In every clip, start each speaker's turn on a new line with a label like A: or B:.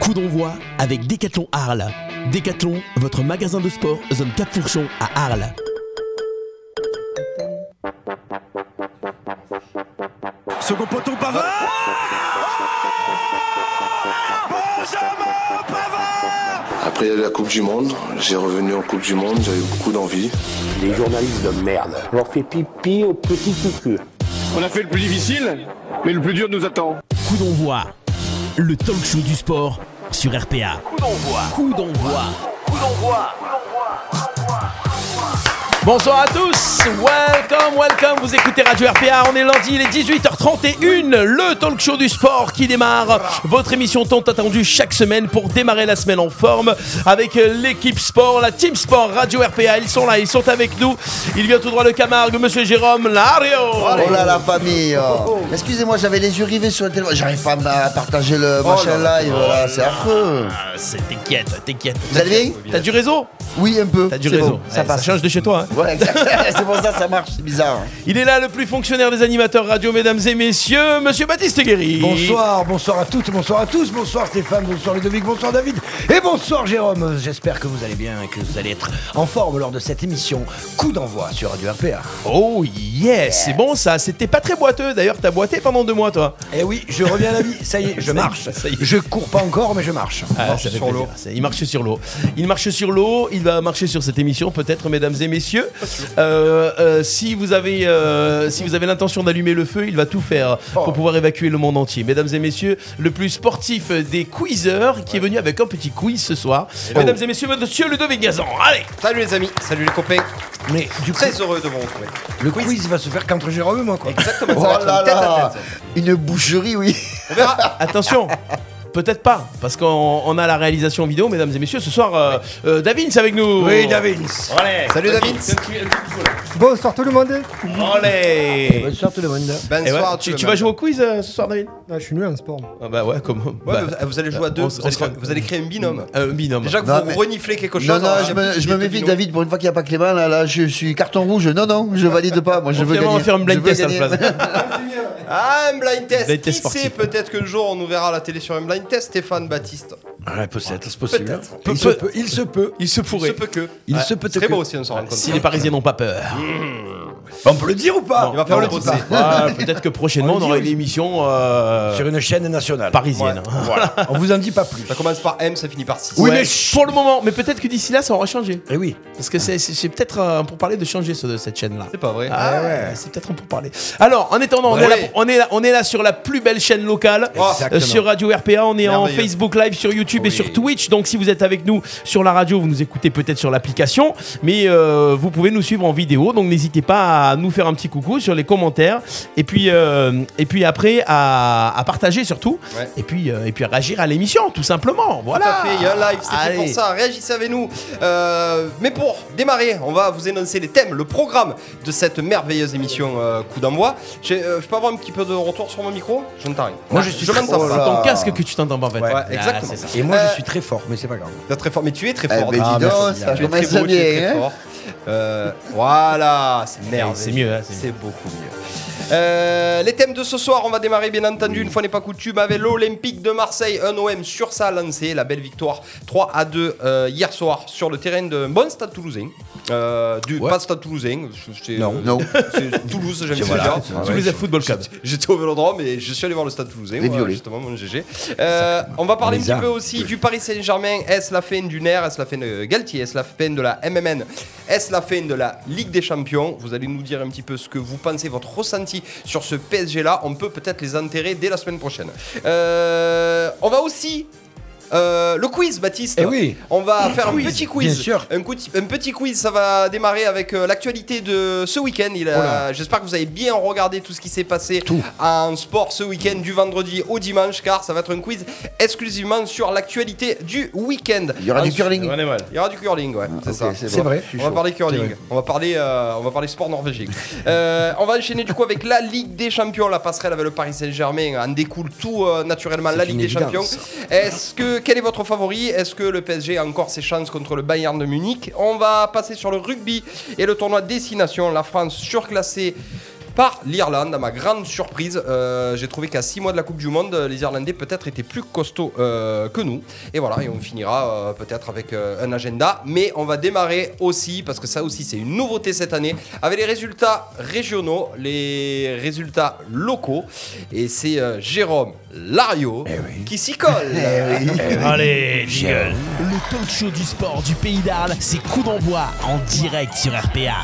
A: Coup d'envoi avec Decathlon Arles. Decathlon, votre magasin de sport zone Cap Fourchon à Arles.
B: Second poteau, Pavard Benjamin Pavard
C: Après il y a eu la Coupe du Monde, j'ai revenu en Coupe du Monde, j'avais beaucoup d'envie.
D: Les journalistes de merde. On leur fait pipi au petit cucu.
E: On a fait le plus difficile, mais le plus dur nous attend.
A: Coup d'envoi, le talk show du sport sur RPA. Coup d'envoi. Coup d'envoi.
F: Bonsoir à tous, welcome, welcome, vous écoutez Radio RPA, on est lundi, il est 18h31, le talk show du sport qui démarre, votre émission tant attendue chaque semaine pour démarrer la semaine en forme avec l'équipe sport, la team sport Radio RPA, ils sont là, ils sont avec nous, il vient tout droit de Camargue, monsieur Jérôme Lario
G: Oh là la famille oh. Excusez-moi, j'avais les yeux rivés sur le téléphone. J'arrive pas à partager le machin live, là, c'est affreux.
F: Ah, c'est- T'inquiète, t'inquiète.
G: Vous allez bien
F: T'as du réseau
G: Oui, un peu.
F: T'as du
G: C'est
F: réseau,
G: bon,
F: Eh,
G: ça passe.
F: change de chez toi. hein.
G: Ouais, exact. c'est pour ça que ça marche, c'est bizarre.
F: Il est là le plus fonctionnaire des animateurs radio, mesdames et messieurs, monsieur Baptiste Guéry.
H: Bonsoir, bonsoir à toutes, bonsoir à tous, bonsoir Stéphane, bonsoir Ludovic, bonsoir David et bonsoir Jérôme. Euh, J'espère que vous allez bien et que vous allez être en forme lors de cette émission Coup d'envoi sur Radio RPA.
F: Oh yes, c'est bon ça, c'était pas très boiteux d'ailleurs, t'as boité pendant deux mois toi.
H: Et Eh oui, je reviens à la vie, ça y est, je marche.
F: ça y est. Ah,
H: Je cours pas encore, mais je marche. Marche
F: ça fait
H: sur l'eau.
F: plaisir, c'est- Il marche sur l'eau. Il marche sur l'eau, il va marcher sur cette émission peut-être, mesdames et messieurs. Euh, euh, si vous avez, euh, si vous avez l'intention d'allumer le feu, il va tout faire
H: Oh.
F: pour pouvoir évacuer le monde entier. Mesdames et messieurs, le plus sportif des quizeurs qui est venu avec un petit quiz ce soir.
H: Oh.
F: Mesdames et messieurs, monsieur Ludovic Gazan, allez
I: Salut les amis, salut les copains,
H: Mais du coup,
I: très heureux de vous retrouver.
H: le quiz va se faire qu'entre Jérôme et moi, quoi.
I: Exactement, ça
G: Oh
I: va être
G: là
I: une tête à
G: là
I: tête.
G: Une boucherie, oui.
I: On verra.
F: Attention Peut-être pas, parce qu'on on a la réalisation vidéo, mesdames et messieurs. Ce soir, euh, euh, David, c'est avec nous.
H: Oui, David.
I: Salut David.
G: Bah,
H: Bonsoir tout le monde.
F: Allez
H: Bonsoir tout le monde.
A: Ben,
F: Eh ouais,
I: Bonsoir.
F: tu, tu vas jouer au quiz euh, ce soir, David
H: je suis nul en sport.
F: ah Bah ouais, comment bah,
I: vous allez jouer à deux,
F: on s-
I: vous,
F: on
I: allez,
F: sera-
I: créer- vous allez créer un binôme.
F: euh, binôme.
I: Déjà que
G: Non,
I: vous
G: mais-
I: reniflez quelque chose.
G: Non, non,
H: hein.
I: alors,
G: je
I: j'ai
G: me,
I: un petit
G: je me
I: billet de
G: méfie,
I: binôme.
G: David, pour une fois qu'il n'y a pas Clément, hein. là, là, je suis carton rouge. Non, non, je valide pas. Moi, je
F: On
G: veux
F: fait-
G: gagner.
F: on va faire un blind
G: Je veux
F: test à la
G: gagner.
F: place.
I: Ah, un blind test.
F: Blind
I: Qui
F: test sportif.
I: sait peut-être que le jour on nous verra à la télé sur un blind test, Stéphane Baptiste.
H: Ouais, peut-être, c'est possible. hein.
I: Peut-être.
H: Il se peut, il se peut.
F: Il se Ah,
I: Il se
F: pourrait.
I: peut que.
H: Il se peut
I: Très
H: que.
I: beau aussi, on s'en rend compte.
F: Si les Parisiens n'ont pas peur.
H: On peut le dire ou pas
I: Il va falloir le bosser.
F: Hmm. Ouais, Peut-être que prochainement,
H: On le
F: on,
H: dit,
F: aura
H: on
F: une
H: le dit.
F: émission euh,
H: Sur une chaîne nationale.
F: parisienne.
H: Voilà. On vous en dit pas plus.
I: Ça commence par M, ça finit par 6.
H: Oui,
F: Ouais,
H: mais
F: pour le moment, mais peut-être que d'ici là, ça aura changé.
H: Eh oui.
F: Parce que c'est- c'est c'est peut-être euh, pour parler de changer ce- de cette chaîne-là.
H: Eh
I: C'est pas vrai.
F: Ah ouais, c'est peut-être pour parler. Alors, en attendant, on,
I: Ouais.
F: est là, on, est là, on est là sur la plus belle chaîne locale,
I: Oh.
F: euh, sur Radio RPA. On est en
I: Merveilleux.
F: Facebook Live, sur YouTube et
I: Oui.
F: sur Twitch. Donc, si vous êtes avec nous sur la radio, vous nous écoutez peut-être sur l'application, mais euh, vous pouvez nous suivre en vidéo. Donc, n'hésitez pas à nous faire un petit coucou sur les commentaires, et puis euh, et puis après à, à partager surtout,
I: Ouais.
F: et puis euh, et puis à réagir à l'émission, tout simplement. Voilà.
I: Tout à fait, il y a un live, c'est fait
F: Allez.
I: pour ça, réagissez avec nous. Euh, mais pour démarrer, on va vous énoncer les thèmes, le programme de cette merveilleuse émission euh, Coup d'envoi. J'ai, euh, je peux avoir un petit peu de retour sur mon micro J'entends rien.
H: Moi, je suis
I: Je
H: très-
I: m'entends
G: Oh
F: C'est
I: pas.
G: là.
F: ton casque que tu t'entends pas en fait.
I: Ouais,
F: Ah,
I: exactement.
F: c'est ça.
H: Et moi,
I: Euh,
H: je suis très fort, mais c'est pas grave.
I: T'es très fort, mais tu es très
G: Eh
I: fort.
G: ben,
I: David.
G: dis donc, ça
I: tu es très
G: commence
I: beau,
G: à
I: tu es
G: bien.
I: très
G: hein.
I: fort. Euh, voilà, c'est merveilleux.
F: c'est mieux, hein, c'est
I: c'est beaucoup mieux. Euh, les thèmes de ce soir, on va démarrer bien entendu, une fois n'est pas coutume, avec l'Olympique de Marseille, un OM sur sa lancée, la belle victoire 3 à 2 euh, hier soir sur le terrain d'un bon stade toulousain. Euh, du, Pas stade toulousain, c'est
H: Non.
G: Non,
I: c'est Toulouse, j'aime bien dire.
F: Toulouse Football Club.
I: J'étais au Vélodrome et je suis allé voir le stade toulousain.
G: Les
I: moi,
G: violets.
I: Justement, mon GG. Euh, on va parler un
H: Les
I: petit
H: arts.
I: peu aussi du Paris Saint-Germain. Est-ce la fin du Nair Est-ce la fin de Galtier Est-ce la fin de la MMN Est-ce la fin de la Ligue des Champions Vous allez nous dire un petit peu ce que vous pensez, votre ressenti sur ce PSG-là. On peut peut-être les enterrer dès la semaine prochaine. Euh, on va aussi. euh, le quiz, Baptiste.
H: Eh oui.
I: On va faire un petit quiz.
H: bien sûr.
I: Un, couti- un petit quiz, ça va démarrer avec euh, l'actualité de ce week-end. Il a-
H: Oh là.
I: J'espère que vous avez bien regardé tout ce qui s'est passé en sport ce week-end du vendredi au dimanche, car ça va être un quiz exclusivement sur l'actualité du week-end.
G: il y aura du
I: Ensuite-
G: curling. Ah,
I: Il y aura du curling, ouais, c'est ça.
G: Ok,
H: C'est vrai.
G: Je suis
I: On va
G: chaud.
I: parler curling, on va parler, euh, on va parler sport norvégique. Euh, on va enchaîner du coup avec la Ligue des Champions, la passerelle avec le Paris Saint-Germain en découle tout euh, naturellement la
H: C'est
I: Ligue
H: une
I: des
H: évidence.
I: Champions. Est-ce que quel est votre favori Est-ce que le PSG a encore ses chances contre le Bayern de Munich On va passer sur le rugby et le tournoi destination. La France surclassée par l'Irlande. À ma grande surprise, euh, j'ai trouvé qu'à 6 mois de la Coupe du Monde, les Irlandais peut-être étaient plus costauds euh, que nous. Et voilà, et on finira euh, peut-être avec euh, un agenda. Mais on va démarrer aussi, parce que ça aussi c'est une nouveauté cette année, avec les résultats régionaux, les résultats locaux. Et c'est euh, Jérôme Lario qui s'y colle.
F: Allez, jingle.
A: Le talk show du sport du pays d'Arles, c'est coup d'envoi en direct sur RPA.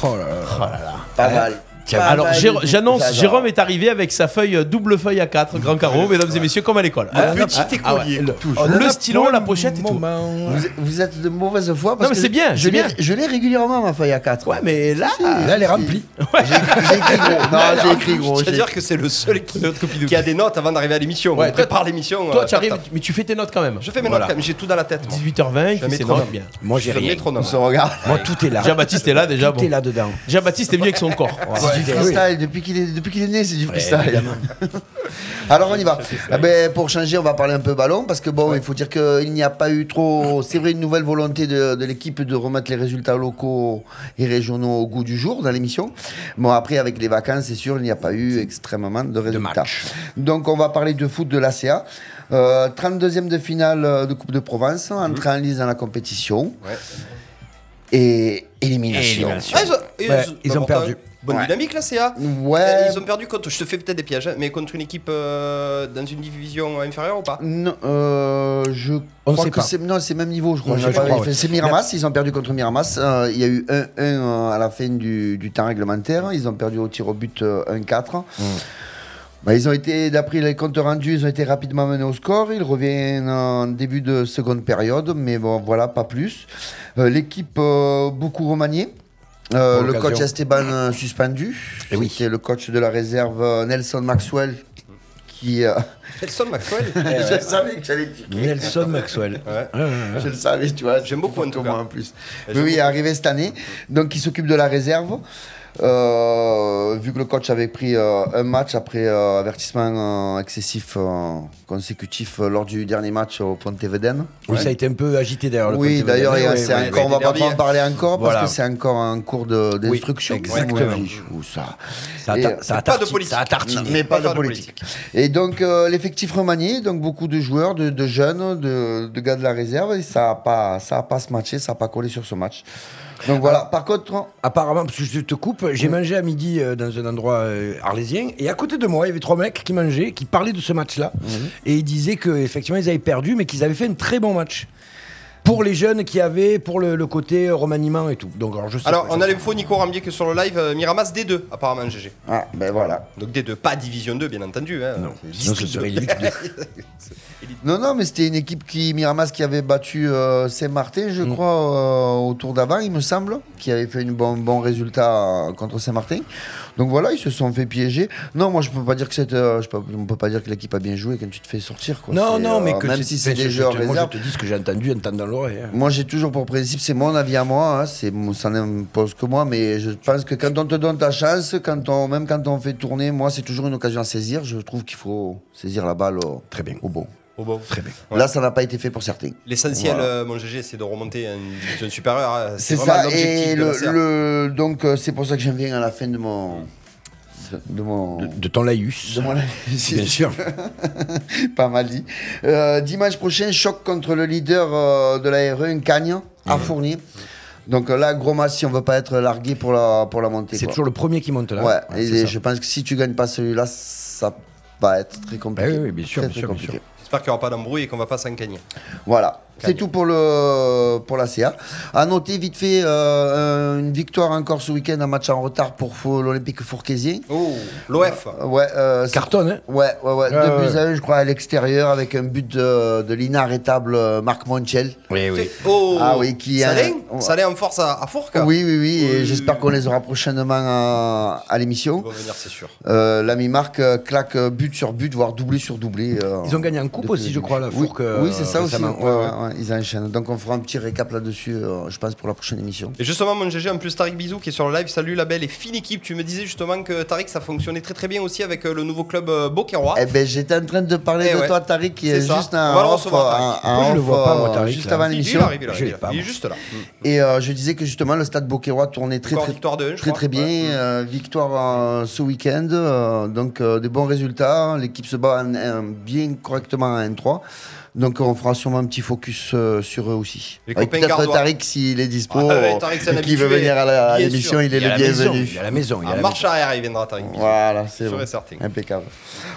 G: Pas mal.
H: Ah
G: Pas
F: Alors,
H: bah,
G: mal.
F: Jér- j'annonce,
G: J'adore.
F: Jérôme est arrivé avec sa feuille euh, double feuille à
H: Mmh.
F: 4, grand carreau, mesdames et messieurs, comme à l'école.
I: Un petit
F: Ah ouais,
I: écolier.
F: le, le stylo, la pochette et tout.
G: Vous, vous êtes de mauvaise foi parce
F: mais
G: que
F: c'est bien,
G: Je
F: c'est
G: l'ai-
F: bien.
G: je l'ai régulièrement ma feuille à 4.
F: Ouais, Ah, mais là,
H: Là, elle est remplie.
G: Ah, J'ai j'ai écrit gros. Non, j'ai écrit gros. j'ai-
I: C'est-à-dire que c'est le seul qui, qui a des notes avant d'arriver à l'émission.
F: Ouais,
I: on prépare l'émission. euh,
F: toi, tu
I: taf,
F: arrives,
I: taf.
F: mais tu fais tes notes quand même.
I: Je fais mes
F: Voilà.
I: notes quand même, j'ai tout dans la tête. moi.
F: 18h20, il
I: Je
F: fait
I: mets
F: ses
I: trop
F: notes
I: bien.
F: bien.
H: Moi, j'ai
I: Je
H: rien.
I: métronome.
G: On se regarde.
H: Moi, tout est là.
F: Jean-Baptiste est là déjà.
H: Tout est
F: Bon.
H: là dedans.
F: Jean-Baptiste est venu avec son corps.
G: C'est du freestyle. Depuis qu'il est, depuis qu'il est né, c'est du freestyle. Alors on y va. Eh ben, pour changer, on va parler un peu ballon parce que bon, il faut dire qu'il n'y a pas eu trop. C'est vrai une nouvelle volonté de, de l'équipe de remettre les résultats locaux et régionaux au goût du jour dans l'émission. Bon après avec les vacances, c'est sûr, il n'y a pas eu extrêmement de résultats. Donc on va parler de foot de l'ACA. Euh, 32e de finale euh, de Coupe de Provence, entrée en lice dans la compétition.
I: Ouais.
G: Et élimination.
I: Ah, ils ont, ils-
H: Ouais,
I: bah,
H: ils ont
I: pourtant,
H: perdu.
I: Bonne
G: Ouais.
I: dynamique là, CA.
G: Ouais.
I: Ils ont perdu contre, je te fais peut-être des pièges, hein, mais contre une équipe euh, dans une division inférieure ou pas
G: Non, euh, je
H: On
G: crois
H: sait
G: que
H: pas.
G: c'est non, c'est même niveau, je crois.
H: Ouais,
G: J'ai
H: je
G: pas
H: crois,
G: vérifié.
H: ouais.
G: C'est Miramas, ils ont perdu contre Miramas. Euh, Il y a eu 1-1 euh, à la fin du, du temps réglementaire. Ils ont perdu au tir au but euh, 1-4.
H: Hmm.
G: Bah, ils ont été, d'après les comptes rendus, ils ont été rapidement menés au score. Ils reviennent en début de seconde période, mais bon, voilà, pas plus. Euh, L'équipe euh, beaucoup remaniée. Euh,
H: Pour
G: le coach
H: l'occasion.
G: Esteban euh, suspendu,
H: Eh oui.
G: qui est le coach de la réserve euh, Nelson Maxwell, qui euh,
I: Nelson Maxwell
G: je savais que j'allais te piquer.
H: Nelson Maxwell.
G: Je le savais, tu vois.
I: J'aime beaucoup, en tout
G: Moi,
I: cas.
G: en plus. Oui, oui, arrivé cette année. Donc, il s'occupe de la réserve. Euh, vu que le coach avait pris euh, un match après euh, avertissement euh, excessif euh, consécutif euh, lors du dernier match au Pontevedren.
H: Oui, ça a été un peu agité d'ailleurs. le
G: Oui,
H: Pontevedra.
G: d'ailleurs,
H: Ouais,
G: et, euh,
H: ouais,
G: c'est
H: ouais.
G: encore, on va
I: ouais,
G: pas
I: derby,
G: en parler encore
H: Voilà.
G: parce que c'est encore un cours de- d'instruction.
H: Oui,
G: comme on dit.
H: exactement.
G: Ou ça.
H: Ça a
G: Et,
H: tar-
G: euh,
H: ça a
I: pas de
H: tarti-
I: politique.
H: Ça a tartiné.
G: mais pas,
I: pas
G: de
I: de
G: politique. Et donc, euh, l'effectif remanié, donc beaucoup de joueurs, de, de jeunes, de, de gars de la réserve, et ça n'a pas, ça a pas se matché, ça n'a pas collé sur ce match. Donc voilà, par contre,
H: Apparemment, parce que je te coupe, j'ai mangé à midi euh, dans un endroit euh, arlésien et à côté de moi, il y avait trois mecs qui mangeaient, qui parlaient de ce match-là
G: Mhm.
H: et ils disaient qu'effectivement, ils avaient perdu, mais qu'ils avaient fait un très bon match. Pour les jeunes qui avaient, pour le, le côté euh, remaniement et tout. Donc, alors, je sais
I: Alors,
H: pas,
I: on
H: je
I: a
H: sais
I: l'info, Nico Rambier, que sur le live, euh, Miramas D2, apparemment, GG.
G: ah, ben voilà.
I: Donc D2, pas Division 2, bien entendu. hein.
H: pas. Sinon, ce serait élite.
G: Non, non, mais c'était une équipe qui, Miramas, qui avait battu euh, Saint-Martin,
H: Mm.
G: je crois, euh, au tour d'avant, il me semble, qui avait fait un bon, bon résultat euh, contre Saint-Martin. Donc voilà, ils se sont fait piéger. Non, moi, je peux pas dire que cette, euh, je peux, on peut pas dire que l'équipe a bien joué quand tu te fais sortir. Quoi.
H: Non,
G: C'est,
H: non, mais
G: euh,
H: que
G: même si c'est
H: je-
G: des
H: je-
G: jeux en
H: moi,
G: réserve.
H: Je te dis ce que j'ai entendu en tendant l'oreille. hein.
G: Moi, j'ai toujours pour principe, c'est mon avis à moi, hein, c'est mon- ça n'impose que moi, mais je pense que quand on te donne ta chance, quand on, même quand on fait tourner, moi, c'est toujours une occasion à saisir. Je trouve qu'il faut saisir la balle au,
H: Très bien.
G: au bon.
I: Oh, bon. Très bien.
G: Là, ça n'a pas été fait pour certains.
I: L'essentiel, euh, mon GG, c'est de remonter à une division supérieure. hein.
G: C'est
I: vraiment
G: ça,
I: l'objectif
G: et
I: de la
G: le,
I: CA.
G: le- donc euh, c'est pour ça que j'aime bien à la fin de mon. de- de mon.
H: De, de ton laïus.
G: de mon-
H: Bien sûr.
G: pas mal dit. Euh, dimanche prochain, choc contre le leader euh, de la RE, Cagne, à Fournier. Donc euh, là, gros match si on veut pas être largué pour la, pour la montée.
H: C'est
G: quoi.
H: toujours le premier qui monte là.
G: Ouais,
H: Ouais,
G: et
H: c'est ça.
G: je pense que si tu gagnes pas celui-là, ça va être très compliqué.
H: Bah oui, oui, bien sûr,
G: Très,
H: bien
G: très
H: sûr, bien
G: compliqué.
H: sûr.
I: J'espère qu'il n'y aura pas d'embrouille et qu'on va pas s'en cagner.
G: Voilà, c'est tout pour, le, pour la CA. À noter vite fait euh, une victoire encore ce week-end, un match en retard pour Fo- l'Olympique Fourcaisier.
I: Oh, l'OF
G: Ouais, euh, c'est-
H: Cartonne, hein
G: Ouais, ouais, ouais.
H: Ouais,
G: Deux buts
H: ouais.
G: à un, je crois, à l'extérieur avec un but de, de l'inarrêtable euh, Marc Monchel.
H: Oui, oui.
I: Oh
G: Ah oui, qui a-
I: Salé Salé en force à, hein. à Fourques
G: Oui, oui, oui, et
I: Oui.
G: j'espère qu'on les aura prochainement à, à l'émission.
I: Ils vont venir, c'est sûr.
G: Euh, L'ami Marc euh, claque euh, but sur but, voire doublé sur doublé. euh.
H: Ils ont gagné en coupe
G: de-
H: aussi, je crois, la
G: Oui,
H: Fourque, euh,
G: oui, c'est ça aussi.
H: récemment.
G: Ouais, ouais, ouais, ils enchaînent. Donc on fera un petit récap là-dessus, euh, je pense, pour la prochaine émission.
I: Et justement, mon GG, en plus, Tariq Bisou qui est sur le live. Salut, la belle et fine équipe. Tu me disais justement que Tariq, ça fonctionnait très très bien aussi avec euh, le nouveau club euh, Boquerois.
G: Eh ben, j'étais en train de parler
I: Eh
G: de
I: ouais.
G: toi, Tariq, qui
I: C'est
G: est
I: ça.
G: juste
I: On
G: un
I: va le
G: off,
I: recevoir, Tariq.
G: un- un
H: Moi, je le
G: off,
H: vois pas, moi,
G: euh,
H: Tariq,
G: juste
H: là.
G: avant
I: Il- il,
G: l'émission.
I: arrive, il arrive,
H: Je
I: il
H: l'ai
I: arrive.
H: pas,
I: Il est
H: moi.
I: juste là.
G: Et euh, je disais que justement, le stade Boquerois tournait très
I: Encore
G: très,
I: victoire de Rennes, je
G: très,
I: crois.
G: très bien.
I: Ouais.
G: euh, victoire euh, ce week-end, euh, donc euh, des bons résultats. L'équipe se bat en- en- bien correctement à N3. Donc on fera sûrement un petit focus euh, sur eux aussi.
I: Les
G: Avec
I: copains
G: peut-être
I: gardois.
G: Tariq s'il est dispo.
I: Ah ouais, Tariq, c'est un
G: et qui veut
I: habitué,
G: venir à la- à
I: bien
G: l'émission,
I: sûr.
G: il est
H: Il y a
G: le
H: la maison,
G: bienvenu.
H: il y a la maison. il y a
I: En
H: la
I: marche arrière, il viendra, Tariq Bisou.
G: Voilà, c'est
I: Sûr
G: bon.
I: et certain.
G: Impeccable.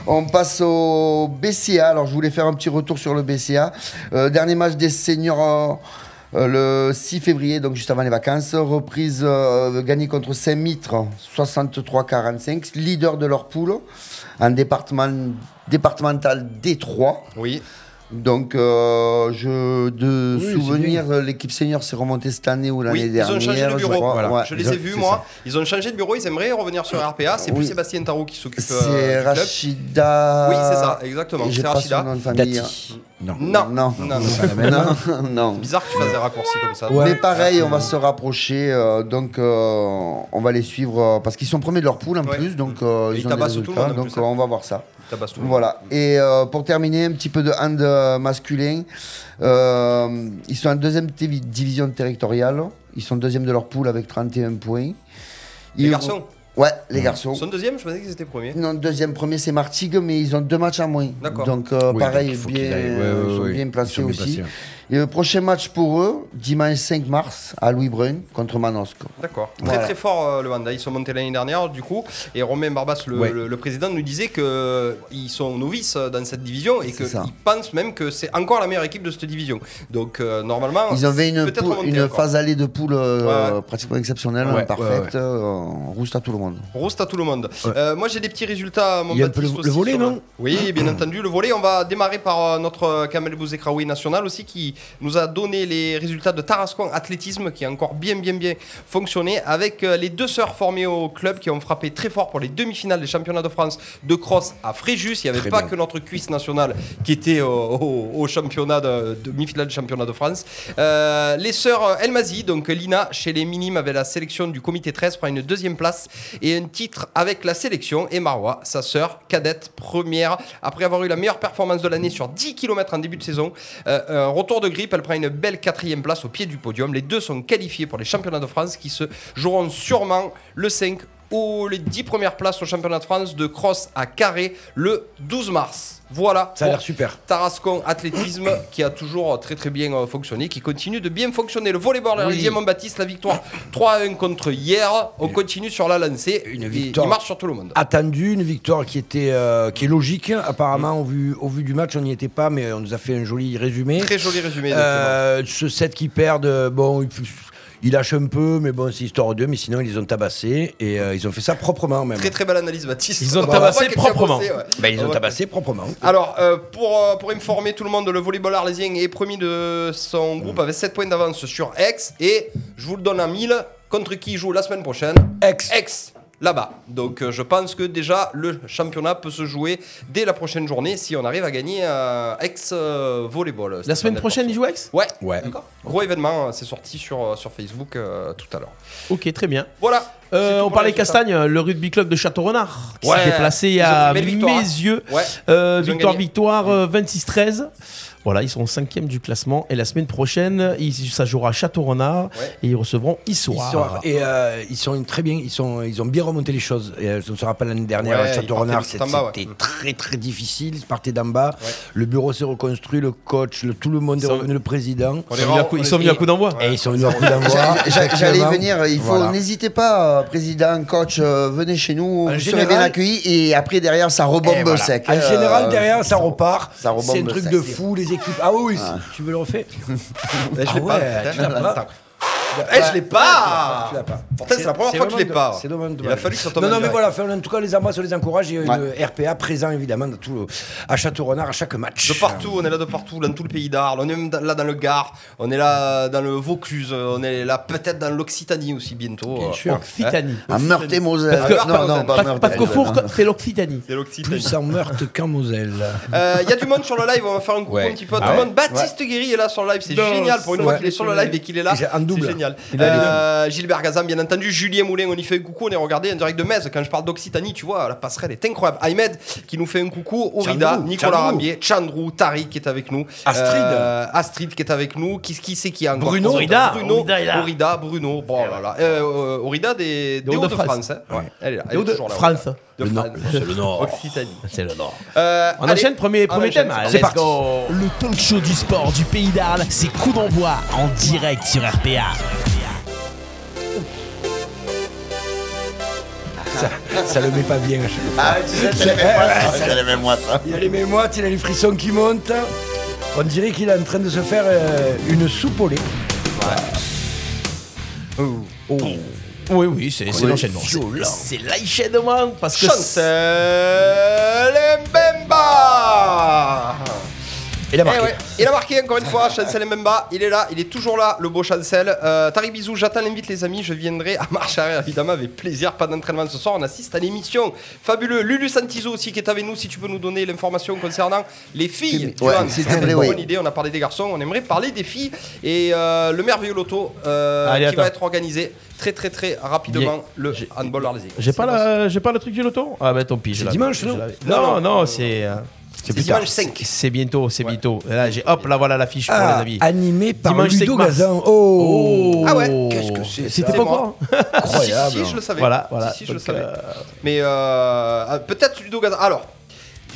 G: On passe au BCA. Alors, je voulais faire un petit retour sur le BCA. Euh, dernier match des seniors. euh, euh, le 6 février, donc juste avant les vacances, reprise euh, gagnée contre Saint-Mitre, 63-45, leader de leur poule, en département, départemental D3.
I: Oui.
G: Donc, euh, je, de
H: Oui, c'est
G: souvenir, l'équipe senior s'est remontée cette année ou l'année
I: Oui, ils
G: dernière.
I: ont changé de
G: je
I: bureau.
G: crois.
I: Voilà.
G: Ouais,
I: je les
G: ils
I: ai
G: ont-
I: vus,
G: c'est
I: moi.
G: ça.
I: Ils ont changé de bureau, ils aimeraient revenir sur RPA. C'est plus
G: Oui.
I: Sébastien Tarou qui s'occupe euh,
G: C'est
I: du club.
G: Rachida.
I: Oui, c'est ça, exactement.
G: Et J'ai
I: C'est
G: pas son
I: Rachida.
G: nom de
H: Dati.
G: famille. hein.
H: Non.
I: Non,
G: non,
I: non, non. hein.
G: non. non.
I: Bizarre que tu fasses des raccourcis comme ça.
H: Ouais.
G: Mais pareil, on va se rapprocher, euh, donc euh, on va les suivre euh, parce qu'ils sont premiers de leur poule en
I: Ouais.
G: plus, donc euh,
I: Et ils
G: ils ont des
I: tabassent tout le
G: résultats,
I: monde, en
G: donc
I: plus,
G: euh,
I: hein.
G: on va voir ça.
I: Tabasse tout le monde.
G: Voilà. Et euh, pour terminer, un petit peu de hand euh, masculin. Euh, ils sont en deuxième TV division territoriale. Ils sont deuxième de leur poule avec 31 points.
I: Les
G: Ils-
I: garçons
G: Ouais, les garçons.
I: sont deuxième, je pensais qu'ils étaient premiers.
G: Non, deuxième, premier, c'est Martigues, mais ils ont deux matchs en moins.
I: D'accord.
G: Donc, euh,
H: Oui,
G: pareil,
H: donc il faut
G: bien,
H: qu'ils aillent. Ouais,
G: ils
H: ouais,
G: sont
H: ouais.
G: bien placés
H: Ils sont bien
G: aussi.
H: placés, ouais.
G: Et le prochain match pour eux, dimanche 5 mars, à Louis Brun, contre Manosque.
I: D'accord. Très
G: Voilà.
I: très fort euh, le Wanda. Ils sont montés l'année dernière du coup. Et Romain Barbas, le,
H: Ouais.
I: le- le président, nous disait que euh, ils sont novices euh, dans cette division et
G: C'est ça.
I: qu'ils pensent même que c'est encore la meilleure équipe de cette division. Donc euh, normalement,
G: Ils avaient une,
I: peut-être
G: poule-
I: remonter
G: une
I: encore.
G: phase allée de poule euh,
I: Ouais, ouais.
G: pratiquement exceptionnelle,
H: Ouais, ouais, ouais.
G: parfaite. euh, on rouste à tout le monde.
I: Roast à tout le monde.
H: Ouais.
I: Euh, moi j'ai des petits résultats. Mon
H: Il y a un peu
I: Baptiste
H: le- le
I: aussi
H: volley,
I: sur la-
H: non
I: Oui, bien entendu. Le volet, on va démarrer par euh, notre euh, Kamel Bouzekraoui national aussi qui nous a donné les résultats de Tarascon Athlétisme qui a encore bien, bien, bien fonctionné avec euh, les deux sœurs formées au club qui ont frappé très fort pour les demi-finales des championnats de France de cross à Fréjus. Il n'y avait
H: Très
I: pas
H: bien.
I: que notre cuisse nationale qui était au, au- au championnat de demi-finale du championnat de France. Euh, les sœurs Elmazi, donc Lina chez les minimes avec la sélection du comité 13 prend une deuxième place et un titre avec la sélection et Marwa, sa sœur cadette première après avoir eu la meilleure performance de l'année sur 10 km en début de saison. Euh, un retour de grippe, elle prend une belle quatrième place au pied du podium. Les deux sont qualifiés pour les championnats de France qui se joueront sûrement le 5 ou les 10 premières places au championnat de France de cross à carré le 12 mars. Voilà.
H: Ça a
I: pour
H: l'air super.
I: Tarascon Athlétisme qui a toujours euh, très très bien euh, fonctionné, qui continue de bien fonctionner. Le volleyball, la
H: Oui.
I: Mont-Baptiste, la victoire 3-1 contre hier. On continue sur la lancée.
H: Une
I: Il-
H: victoire.
I: Il marche sur tout le monde.
H: Attendu, une victoire qui était euh, qui est logique. Apparemment, au, vu, au vu du match, on n'y était pas, mais on nous a fait un joli résumé.
I: Très joli résumé. exactement.
H: Euh, ce 7 qui perdent, euh, bon, il, il lâche un peu, mais bon, c'est histoire d'eux, mais sinon, ils les ont tabassés et euh, ils ont fait ça proprement même.
I: Très très belle analyse, Baptiste.
F: Ils ont
I: On voit
F: tabassé
I: quelqu'un bosser,
F: proprement.
I: ouais.
H: Ben, ils
I: On
H: ont
I: voit-
H: tabassé proprement.
I: Alors, euh, pour, euh, pour informer tout le monde, le volleyball arlésien est premier de son groupe avec 7 points d'avance sur Aix. Et je vous le donne à 1000. Contre qui il joue la semaine prochaine
H: Ex.
I: Aix, là-bas. Donc euh, je pense que déjà le championnat peut se jouer dès la prochaine journée si on arrive à gagner euh, Aix euh, Volleyball.
F: La
I: Stéphane
F: semaine
I: Del
F: prochaine, ils
I: Corso.
F: jouent Aix
I: Ouais.
H: Ouais.
I: D'accord. Gros événement, euh, c'est sorti sur, euh, sur Facebook euh, tout à l'heure.
F: Ok, très bien.
I: Voilà.
F: Euh,
I: C'est tout
F: on
I: pour hein.
F: parlait
I: les résultats.
F: Castagne, euh, le rugby club de Château-Renard, qui
I: Ouais.
F: s'est déplacé
I: Ils ont
F: à
I: fait
F: mes
I: belle victoire, hein.
F: yeux.
I: Ouais.
F: Euh,
I: Ils ont
F: victoire,
I: gagné.
F: victoire, euh, 26-13. Voilà, ils sont cinquième du classement. Et la semaine prochaine, ils, ça jouera à Château-Renard
I: Ouais.
F: et ils recevront
H: Ils
F: Issoir.
H: sont- et euh, ils sont très bien, ils, sont, ils ont bien remonté les choses. Et, euh, je me rappelle l'année dernière,
I: Ouais,
H: à
I: ils
H: Château-Renard,
I: partaient
H: c'était
I: tout en bas,
H: c'était
I: ouais.
H: très très difficile. Ils partaient d'en bas.
I: Ouais.
H: Le bureau s'est reconstruit, le coach, le- tout le monde est
F: sont-
H: revenu, le président.
I: On
F: Ils
I: les
F: sont venus à
I: rend-
F: coup-
I: on
F: ils
I: les-
F: sont venus à coup d'envoi.
H: Et ils sont venus à coup d'envoi.
G: J'a- J'allais y
H: Effectivement.
G: venir, il faut
H: Voilà.
G: n'hésitez pas, euh, président, coach, euh, venez chez nous,
H: En
G: vous serez
H: général-
G: bien accueillis et après derrière ça rebombe
A: Eh,
H: Et voilà.
G: sec.
H: En
G: Euh,
H: général, derrière, ça repart.
G: ça rebombe
H: C'est un truc
G: sec.
H: de fou, les équipes. Ah oui, oui, tu veux le refaire
I: Ouais, Eh, je
H: Ah
I: l'ai pas,
H: ouais,
I: putain.
H: tu l'as pas.
I: Eh, je l'ai pas
H: Ah, Tu l'as pas.
I: Pourtant, c'est la première fois que je l'ai
H: vraiment
I: pas.
H: do- C'est dommage.
I: Il a fallu que ça tombe
H: Non,
I: en
H: non, mais
I: direct.
H: voilà. enfin, en tout cas, les Ambas, on les encourage. Il y a une RPA présent, évidemment, dans tout le- à Château-Renard, à chaque match.
I: De partout, on est là de partout, dans tout le pays d'Arles, on est même dans- là dans le Gard, on est là dans le Vaucluse, on est là peut-être dans l'Occitanie aussi bientôt.
H: Bien
I: euh,
H: sûr.
F: Occitanie.
G: À Meurthe et Moselle.
I: Parce que-
G: non, non, pas
F: Parce
G: Meurthe
F: parce
G: et
F: qu'au
G: Moselle. hein.
F: four, c'est l'Occitanie.
I: Oh. C'est l'Occitanie.
H: Plus en Meurthe qu'en Moselle.
I: Il Euh, y a du monde sur le live, on va faire un coucou
H: Ouais.
I: un petit peu à
H: Ah
I: tout le
H: ouais.
I: monde. Baptiste Guéry est là sur le live, c'est génial pour une fois
H: ouais.
I: qu'il est sur le live et qu'il est là.
H: Il est en
I: C'est
H: double.
I: génial.
H: Il a les
I: Euh, Gilbert Gazan, bien entendu. Julien Moulin, on y fait un coucou, on est regardé en direct de Metz. Quand je parle d'Occitanie, tu vois, la passerelle est incroyable. Ahmed qui nous fait un coucou, Orida,
H: Chandrou,
I: Nicolas
H: Chandrou.
I: Rambier, Chandrou, Tariq qui est avec nous,
H: Astrid.
I: Euh, Astrid qui est avec nous. Qui, qui c'est qui a encore
F: Bruno. Orida.
I: Bruno,
F: Orida est là.
I: Orida, Bruno. Bon, là, là. Euh, euh, Orida des, des Hauts-de-France. hein. Elle est là, elle est
F: Hauts-de-
I: toujours là,
F: France.
I: Orida. De
F: Le Nord.
I: France.
F: C'est le Nord.
I: Occitanie.
F: C'est le Nord.
I: Euh,
F: On
I: allez.
F: enchaîne, premier,
I: On
F: premier
I: enchaîne.
F: thème.
I: C'est
F: Let's
I: parti.
F: go.
A: Le talk show du sport du pays d'Arles, c'est coup d'envoi en direct sur RPA.
H: Ça le met pas bien. à chaque fois.
G: Ah, tu sais, c'est les mêmes moites, c'est les mêmes moites, hein.
H: Il a les mémoires, il a les frissons qui montent. On dirait qu'il est en train de se faire euh, une soupe au lait.
F: Oui, oui, c'est c'est l'enchaînement. C'est- C'est l'enchaînement parce que. c'est-
I: Chancel Mbemba
H: Il a
I: Eh
H: marqué.
I: ouais, Il a marqué encore une fois, Chancel Mbemba, il est là, il est toujours là, le beau Chancel. Euh, Tari bisous, j'attends l'invite les amis, je viendrai à marche arrière évidemment avec plaisir, pas d'entraînement ce soir, on assiste à l'émission. Fabuleux, Lulu Santizo aussi qui est avec nous, si tu peux nous donner l'information concernant les filles.
G: Ouais,
I: Johan,
G: s'il te
I: c'est une
G: plaît,
I: bonne
G: oui.
I: idée, on a parlé des garçons, on aimerait parler des filles. Et euh, le merveilleux loto euh,
F: Allez,
I: qui va
F: attends.
I: être organisé très très très rapidement, le handball arlésien.
F: J'ai
I: C'est
F: pas, la- j'ai pas le truc du loto Ah bah tant pis. je
H: C'est
F: l'avais,
H: dimanche,
F: je
H: non
F: l'avais.
I: Non, non.
F: Non, non, c'est. euh,
I: C'est
F: plus
I: dimanche
F: tard.
I: 5.
F: C'est bientôt, c'est bientôt. Là, j'ai hop, là voilà l'affiche pour les
H: Ah,
F: amis.
H: animé par
F: Dimanche
H: Ludo
F: 5 mars.
H: Gazan. Oh,
I: Ah ouais,
F: qu'est-ce
H: que c'est
F: C'était
I: ça C'est
F: pas
I: moi.
F: quoi
H: incroyable.
I: Ah, Si, si, si, je le savais.
F: Voilà, voilà.
I: Si, si, je le
F: Donc,
I: savais.
F: euh,
I: Mais euh, ah, peut-être Ludo Gazan. Alors,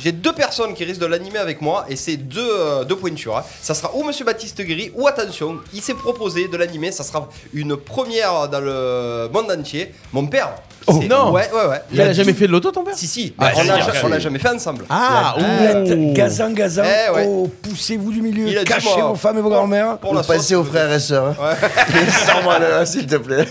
I: j'ai deux personnes qui risquent de l'animer avec moi et c'est deux, euh, deux pointures. hein. Ça sera ou Monsieur Baptiste Gris ou attention, il s'est proposé de l'animer. Ça sera une première dans le monde entier. Mon père.
F: Oh,
I: c'est-
F: non.
I: Ouais, ouais, ouais.
F: Il a jamais fait de l'auto, ton père
I: Si, si.
F: Ah,
I: mais on
F: c'est
I: l'a
F: bien,
I: ja-
F: c'est
I: on l'a
F: bien.
I: jamais fait ensemble.
F: Ah,
H: Doublette, Gazan, Gazan.
I: Eh ouais.
H: Oh, poussez-vous du milieu.
I: Il a dit,
H: Cachez
I: moi,
H: vos femmes et vos
I: pour-
H: grands-mères.
I: Pour
G: Vous
I: la
G: passez
I: sauce,
G: aux frères et sœurs. hein. Sors-moi le là, s'il te plaît.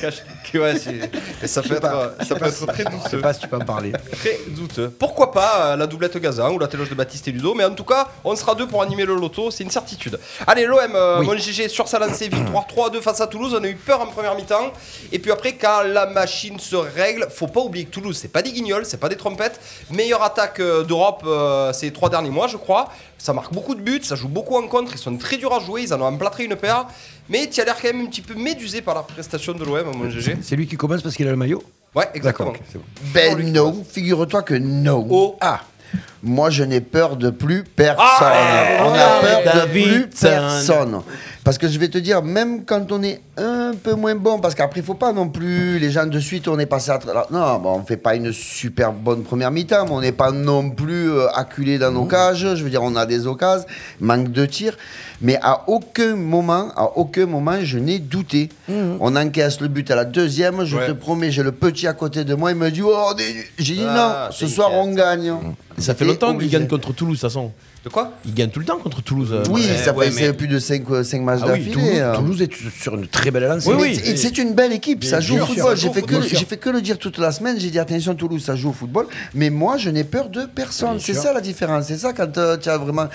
I: que- ouais, c'est- ça peut être, euh, ça peut être très
H: Je sais
I: douteux.
H: pas si tu peux en parler.
I: Très douteux. Pourquoi pas euh, la doublette Gazan ou la téloge de Baptiste et Ludo, mais en tout cas, on sera deux pour animer le loto, c'est une certitude. Allez, l'OM, euh, mon GG sur sa lancée, victoire 3-2 face à Toulouse, on a eu peur en première mi-temps. Et puis après, quand la machine se règle, faut pas oublier que Toulouse, c'est pas des guignols, c'est pas des trompettes. Meilleure attaque euh, d'Europe euh, ces trois derniers mois, je crois. Ça marque beaucoup de buts, ça joue beaucoup en contre, ils sont très durs à jouer, ils en ont emplâtré une paire. Mais tu as l'air quand même un petit peu médusé par la prestation de l'OM, mon GG.
H: C'est lui qui commence parce qu'il a le maillot.
I: Ouais, exactement.
H: D'accord, ok, c'est bon.
G: Ben non, figure-toi que non.
I: Oh.
G: Ah. Moi, je n'ai peur de plus personne.
I: Ah,
G: on a
F: ouais,
G: peur
F: David.
G: de plus personne. Parce que je vais te dire, même quand on est un peu moins bon, parce qu'après, il faut pas non plus, les gens de suite, on est passé à... tra- Non, bon, on fait pas une super bonne première mi-temps, mais on n'est pas non plus euh, acculé dans nos cages. Je veux dire, on a des occasions, manque de tir. Mais à aucun moment, à aucun moment, je n'ai douté. On encaisse le but à la deuxième, je
I: Ouais.
G: te promets, j'ai le petit à côté de moi, il me dit, oh, on est nul. j'ai dit
I: Ah,
G: non, ce
I: t'inquiète.
G: soir, on gagne.
F: Ça fait
G: Et
F: longtemps qu'il
G: obligé.
F: gagne contre Toulouse, de toute façon.
I: De quoi
F: Il gagne tout le temps contre Toulouse. euh,
G: Oui,
F: ouais.
G: ça
I: ouais,
G: fait c'est plus de 5, matchs
F: Ah oui,
G: d'affilée.
H: Toulouse,
G: hein.
H: Toulouse est sur une très belle lancée.
F: Oui,
G: Mais
F: oui.
G: c'est- C'est une belle équipe, ça joue au
H: sûr,
G: football.
I: ça
G: J'ai
I: joue
G: fait,
I: au
G: que,
I: football,
G: j'ai fait que le dire toute la semaine. J'ai dit attention, Toulouse, ça joue au football. Mais moi, je n'ai peur de personne. C'est ça la différence. C'est ça quand euh, tu as vraiment.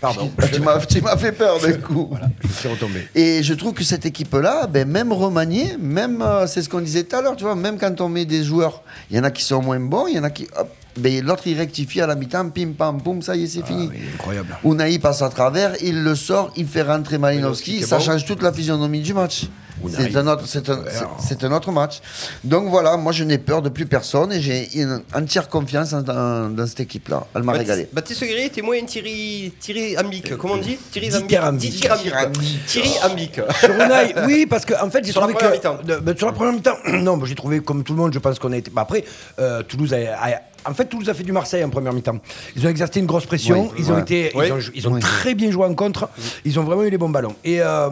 G: Pardon. tu m'as tu m'as fait peur d'un coup.
H: Je suis retombé.
G: Et je trouve que cette équipe-là, ben, même remaniée, même, euh, c'est ce qu'on disait tout à l'heure, tu vois, même quand on met des joueurs, il y en a qui sont moins bons, il y en a qui. hop, ben, l'autre, il rectifie à la mi-temps, pim pam, boum, ça y est, c'est fini.
H: incroyable.
G: Unai passe à travers, il le sort, il fait rentrer Malinowski,
I: Malinowski,
G: ça
I: c'est bon.
G: change toute la physionomie du match. C'est un, autre, c'est, un, c'est- c'est un autre match. Donc voilà, moi je n'ai peur de plus personne et j'ai une entière confiance en- en- dans cette équipe-là. Elle m'a
I: Baptiste-
G: régalé.
I: Baptiste Guéry, témoin et Thierry, Thierry Ambic. Comment on dit Thierry
H: Dicker Ambic.
I: Dicker Ambic. Thierry
G: Oh.
I: Ambic.
H: Sur Unai, oui, parce que en fait, j'ai
I: Sur la
H: trouvé
I: première
H: que
I: mi-temps.
H: de- ben, sur la première mi-temps, non, mais j'ai trouvé comme tout le monde, je pense qu'on a été. bah, après, euh, Toulouse a, a- En fait, Toulouse a fait du Marseille en première mi-temps. Ils ont exercé une grosse pression.
G: Oui,
H: ils ont
G: ouais.
H: été,
I: Oui.
H: ils ont, jou- ils ont très bien joué en contre. Ils ont vraiment eu les bons ballons. Et euh,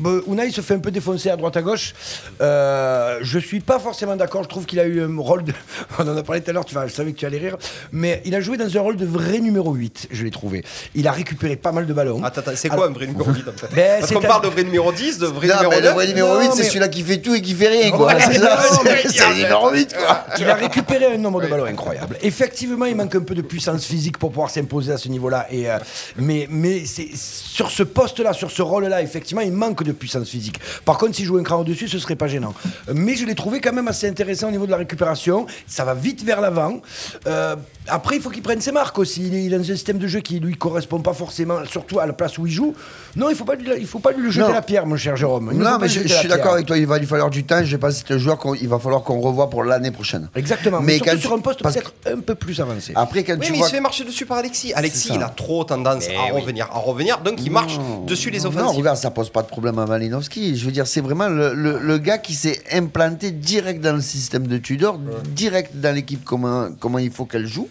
H: bah, Unai se fait un peu défoncer à droite à gauche. Euh, je suis pas forcément d'accord. Je trouve qu'il a eu un rôle. De... On en a parlé tout à l'heure. Tu vas, je savais que tu allais rire. Mais il a joué dans un rôle de vrai numéro 8. Je l'ai trouvé. Il a récupéré pas mal de ballons.
I: Attends, attends, c'est
H: Alors-
I: quoi un vrai numéro 10 en fait
H: Ben,
I: Parce
H: c'est
I: qu'on
H: un-
I: parle de vrai numéro 10, de vrai
G: Non,
I: numéro
G: mais
I: 9.
G: Ah, ben, le vrai numéro
H: Non,
G: 8, c'est
H: mais-
G: celui-là qui fait tout et qui fait rien, quoi.
H: Ouais,
G: c'est ça,
H: non, mais-
G: c'est- c'est le numéro 8, quoi.
H: Il a récupéré un nombre de ballons incroyable. Effectivement, il manque un peu de puissance physique pour pouvoir s'imposer à ce niveau-là. Et euh, mais mais c'est sur ce poste-là, sur ce rôle-là, effectivement, il manque de puissance physique. Par contre, s'il jouait un cran au-dessus, ce serait pas gênant. Mais je l'ai trouvé quand même assez intéressant au niveau de la récupération. Ça va vite vers l'avant. Euh, après, il faut qu'il prenne ses marques aussi. Il est, il est dans un système de jeu qui lui correspond pas forcément, surtout à la place où il joue. Non, il faut pas lui, il faut pas lui jeter
G: Non.
H: la pierre, mon cher Jérôme. Il ne faut
G: Non,
H: pas
G: mais
H: lui
G: je,
H: jeter
G: je
H: la
G: suis d'accord
H: pierre.
G: avec toi, il va lui falloir du temps. Je pense que c'est un joueur qu'il va falloir qu'on revoie pour l'année prochaine.
H: Exactement. Mais, surtout
G: tu-
H: sur un poste
G: parce- Ah,
H: peut-être un peu plus avancé.
G: Après, quand
I: Oui,
G: tu
I: mais il
G: vois. Eh
I: se fait marcher dessus par Alexis. Alexis, il a trop tendance à revenir, à revenir, donc il marche dessus les
G: Non,
I: offensives.
G: regarde, ça pose pas de problème à Malinowski. Je veux dire, c'est vraiment le, le- le gars qui s'est implanté direct dans le système de Tudor, direct dans l'équipe, comment, comment il faut qu'elle joue.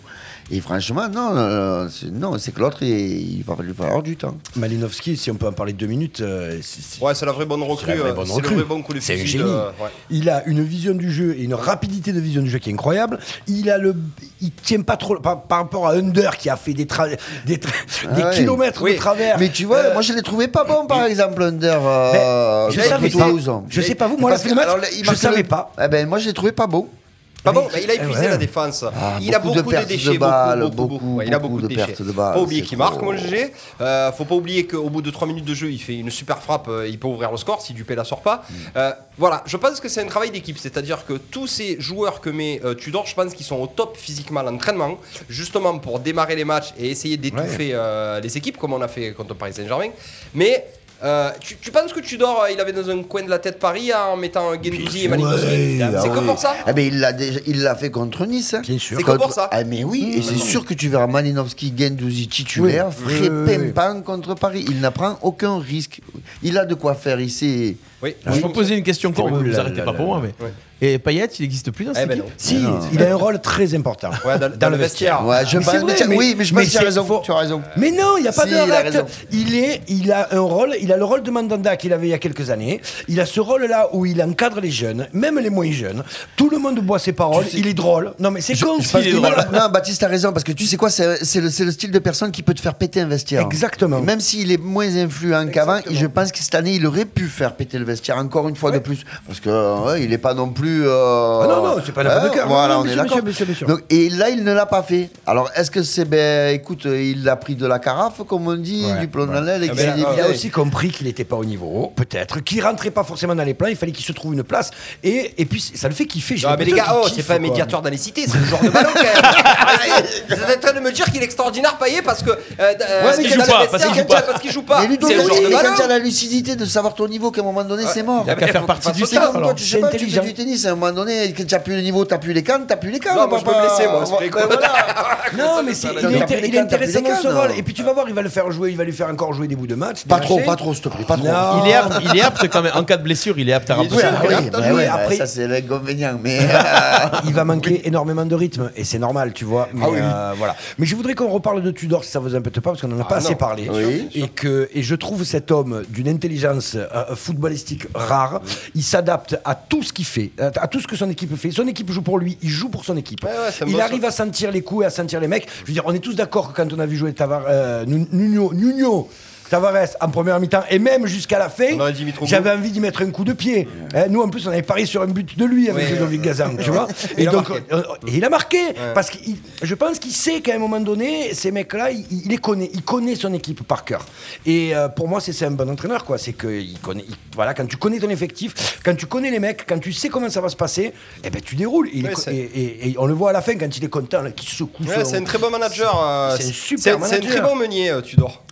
G: Et franchement, non, euh, c'est- non, c'est que l'autre, il, il va lui falloir du temps.
H: Malinowski, si on peut en parler deux minutes, euh, c'est- c'est-
I: Ouais, c'est la vraie bonne recrue.
H: la vraie
I: euh,
H: bonne
I: C'est le
H: recrue.
I: vrai bon coup de
H: c'est un
I: fusil
H: génie.
I: de- ouais.
H: Il a une vision du jeu et une rapidité de vision du jeu qui est incroyable. Il a le, il tient pas trop par, par rapport à Under qui a fait des tra- des, tra- des
G: Ah ouais.
H: kilomètres
I: Ah Oui.
H: de travers.
G: Mais tu vois,
H: Euh,
G: moi je l'ai trouvé pas bon par exemple Under euh,
H: mais je
G: contre
H: savais pas.
G: Toulouse.
H: Je sais pas vous, moi, la
G: Parce
H: fin
G: que,
H: de match,
G: alors, il
H: je
G: marque
H: savais
G: le-
H: pas.
G: Eh ben moi je l'ai trouvé pas beau.
I: Pas bon,
H: Mais-
I: bah, il a épuisé
H: Ouais.
I: la défense.
G: eh Ah,
I: il a
G: beaucoup de
I: beaucoup de,
G: pertes de
I: déchets,
G: balles,
I: beaucoup, beaucoup,
G: beaucoup,
I: beaucoup. Ouais, il a
G: beaucoup
I: beaucoup
G: de
I: de,
G: pertes
I: déchets.
G: de balles,
I: Pas oublier
G: c'est
I: qu'il marque,
G: trop.
I: mon GG. Euh, faut pas oublier qu'au bout de 3 minutes de jeu, il fait une super frappe. euh, Il peut ouvrir le score si Dupé la sort
G: Mm.
I: pas. Euh, voilà, je pense que c'est un travail d'équipe. C'est-à-dire que tous ces joueurs que met euh, Tudor, je pense qu'ils sont au top physiquement à l'entraînement, justement pour démarrer les matchs et essayer d'étouffer euh, les équipes, comme on a fait contre Paris Saint-Germain. Mais. euh, tu, tu penses que Tudor euh, il avait dans un coin de la tête Paris en mettant Guendouzi et Malinowski
H: ouais,
I: C'est
H: ah
I: que pour ça
G: Eh ben il l'a déjà, il l'a fait contre Nice. hein.
H: Bien sûr. Mm.
I: C'est comme
G: Contre-
I: pour ça.
G: Ah mais oui, et c'est sûr que tu verras Malinowski, Gendouzi titulaire,
H: Oui.
G: frais
H: Oui, oui, oui.
G: pimpant contre Paris. Il n'apprend aucun risque. Il a de quoi faire ici.
I: Oui,
F: Je vais vous poser une question quand vous
H: Ouh
F: vous
H: là
F: arrêtez
H: là
F: pas
H: là
F: pour moi,
H: là.
F: mais. Et Payet, il n'existe plus dans cette
I: Eh ben
F: équipe
I: non.
H: Si, il a un rôle très important.
I: Ouais, dans, dans le vestiaire.
G: Ouais, je
H: Mais
G: pense-
H: c'est vrai,
G: mais tiens,
H: mais-
G: oui, mais je pense
H: mais
G: que tu as
H: c'est-
G: raison.
H: faut-
G: Tu as raison.
H: Mais non, il n'y a pas
G: Si,
H: de
G: il a
H: rate.
G: raison.
H: Il est, il a un rôle, il a le rôle de Mandanda qu'il avait il y a quelques années. Il a ce rôle-là où il encadre les jeunes, même les moins jeunes. Tout le monde boit ses paroles. Il est drôle. Non, mais c'est con.
G: Parce
F: Il est
G: que-
F: drôle.
G: Non, Baptiste a raison, parce que tu sais quoi, c'est c'est le, c'est le style de personne qui peut te faire péter un vestiaire.
H: Exactement.
G: Et Même s'il est moins influent qu'avant, et je pense que cette année, il aurait pu faire péter le vestiaire encore une fois de plus. Parce que ouais, il n'est pas non plus. euh, hein,
H: Ah non, non, c'est pas la faute de cœur.
G: Voilà,
H: Non, non,
G: on est
H: monsieur,
G: d'accord.
H: monsieur, monsieur, monsieur.
G: Donc, Et là, il ne l'a pas fait. Alors, est-ce que c'est. Ben, écoute, il l'a pris de la carafe, comme on dit,
H: Ouais,
G: du plomb
H: ouais.
G: dans l'aile, et
I: Ah,
G: qu'il
I: mais là,
G: s'est dit,
I: euh,
H: Il a
G: bien,
H: aussi compris qu'il n'était pas au niveau, peut-être, qu'il rentrait pas forcément dans les plans, il fallait qu'il se trouve une place. Et, et puis ça le fait kiffer. j'ai
I: Non mais les
H: l'impression
I: gars, oh,
H: qu'il
I: c'est
H: kiffe,
I: pas un
H: quoi.
I: médiateur dans les cités, c'est le genre de ballon quand même. Arrêtez. Vous êtes en train de me dire qu'il est extraordinaire paillé parce que. euh, euh,
F: parce
I: dans
F: qu'il joue
I: le
F: pas,
I: vestiaire,
F: parce qu'il joue
I: Kenja,
F: pas.
I: parce qu'il joue pas.
G: Mais lui,
I: C'est le genre de
G: quand
I: ballon.
G: tu as la lucidité de savoir ton niveau qu'à un moment donné, c'est mort.
F: Il n'y a qu'à faire partie
I: faut
F: du
G: C'est
F: style.
I: pas-
G: comme
F: alors.
G: toi, tu
H: c'est
G: sais pas, tu fais
H: intelligent.
G: du tennis, à un moment donné, quand t'as plus le niveau, t'as plus les cannes, t'as plus les cannes.
I: Non, moi je peux
G: papa.
I: me blesser moi. c'est
G: Ouais,
I: pas les couilles.
H: Non, mais c'est-
I: Ça, là,
H: il,
G: t'as
H: est,
G: pris les
H: il est
G: cannes, t'as pris
H: intéressant
G: les
H: dans ce
G: cannes.
H: rôle. Et puis tu vas voir, il va le faire jouer, il va lui faire encore jouer des bouts de match. des
G: Pas trop,
H: lâchers.
G: pas trop, s'il te plaît, pas trop.
H: Non.
F: Il est apte, il est apte quand même. En cas de blessure, il est apte à
G: Oui,
F: remplacer.
G: ah oui,
H: Regarde,
G: bah
H: t'as
G: ouais,
H: joué,
G: bah
H: après-
G: ça c'est l'inconvénient, mais
H: il va manquer énormément de rythme et c'est normal, tu
I: Ah
H: vois. Mais, euh, voilà. mais je voudrais qu'on reparle de Tudor si ça vous impacte pas parce qu'on en a pas
I: Ah,
H: assez
I: non.
H: parlé.
G: Oui.
H: Et que et je trouve cet homme d'une intelligence euh, footballistique rare. Il s'adapte à tout ce qu'il fait, à à tout ce que son équipe fait. Son équipe joue pour lui, il joue pour son équipe.
I: ouais, c'est un
H: il
I: boss.
H: arrive à sentir les coups et à sentir les mecs. Je veux dire, on est tous d'accord que quand on a vu jouer Tavar, euh, Nu- Nuno, Nuno, Tavares en première mi-temps et même jusqu'à la fin,
I: On aurait dit Mitroglou.
H: j'avais envie d'y mettre un coup de pied. Hein, nous en plus on avait parié sur un but de lui avec
I: Ouais,
H: Ludovic Gazan, tu vois.
I: Et
H: Et,
I: il a
H: donc,
I: marqué.
H: euh, et il a marqué parce que je pense qu'il sait qu'à un moment donné, ces mecs-là, il, il les connaît, il connaît son équipe par cœur. Et euh, pour moi, c'est c'est un bon entraîneur, quoi. C'est que il connaît, il- voilà, quand tu connais ton effectif, quand tu connais les mecs, quand tu sais comment ça va se passer, eh ben tu déroules. Il est
I: Ouais,
H: co-
I: c'est-
H: et, et- et on le voit à la fin quand il est content, là, qu'il secoue.
I: Ouais,
H: son-
I: C'est un très bon manager. euh,
H: C'est un super
I: c'est- C'est un
H: manager.
I: très bon meunier, euh, Tudor.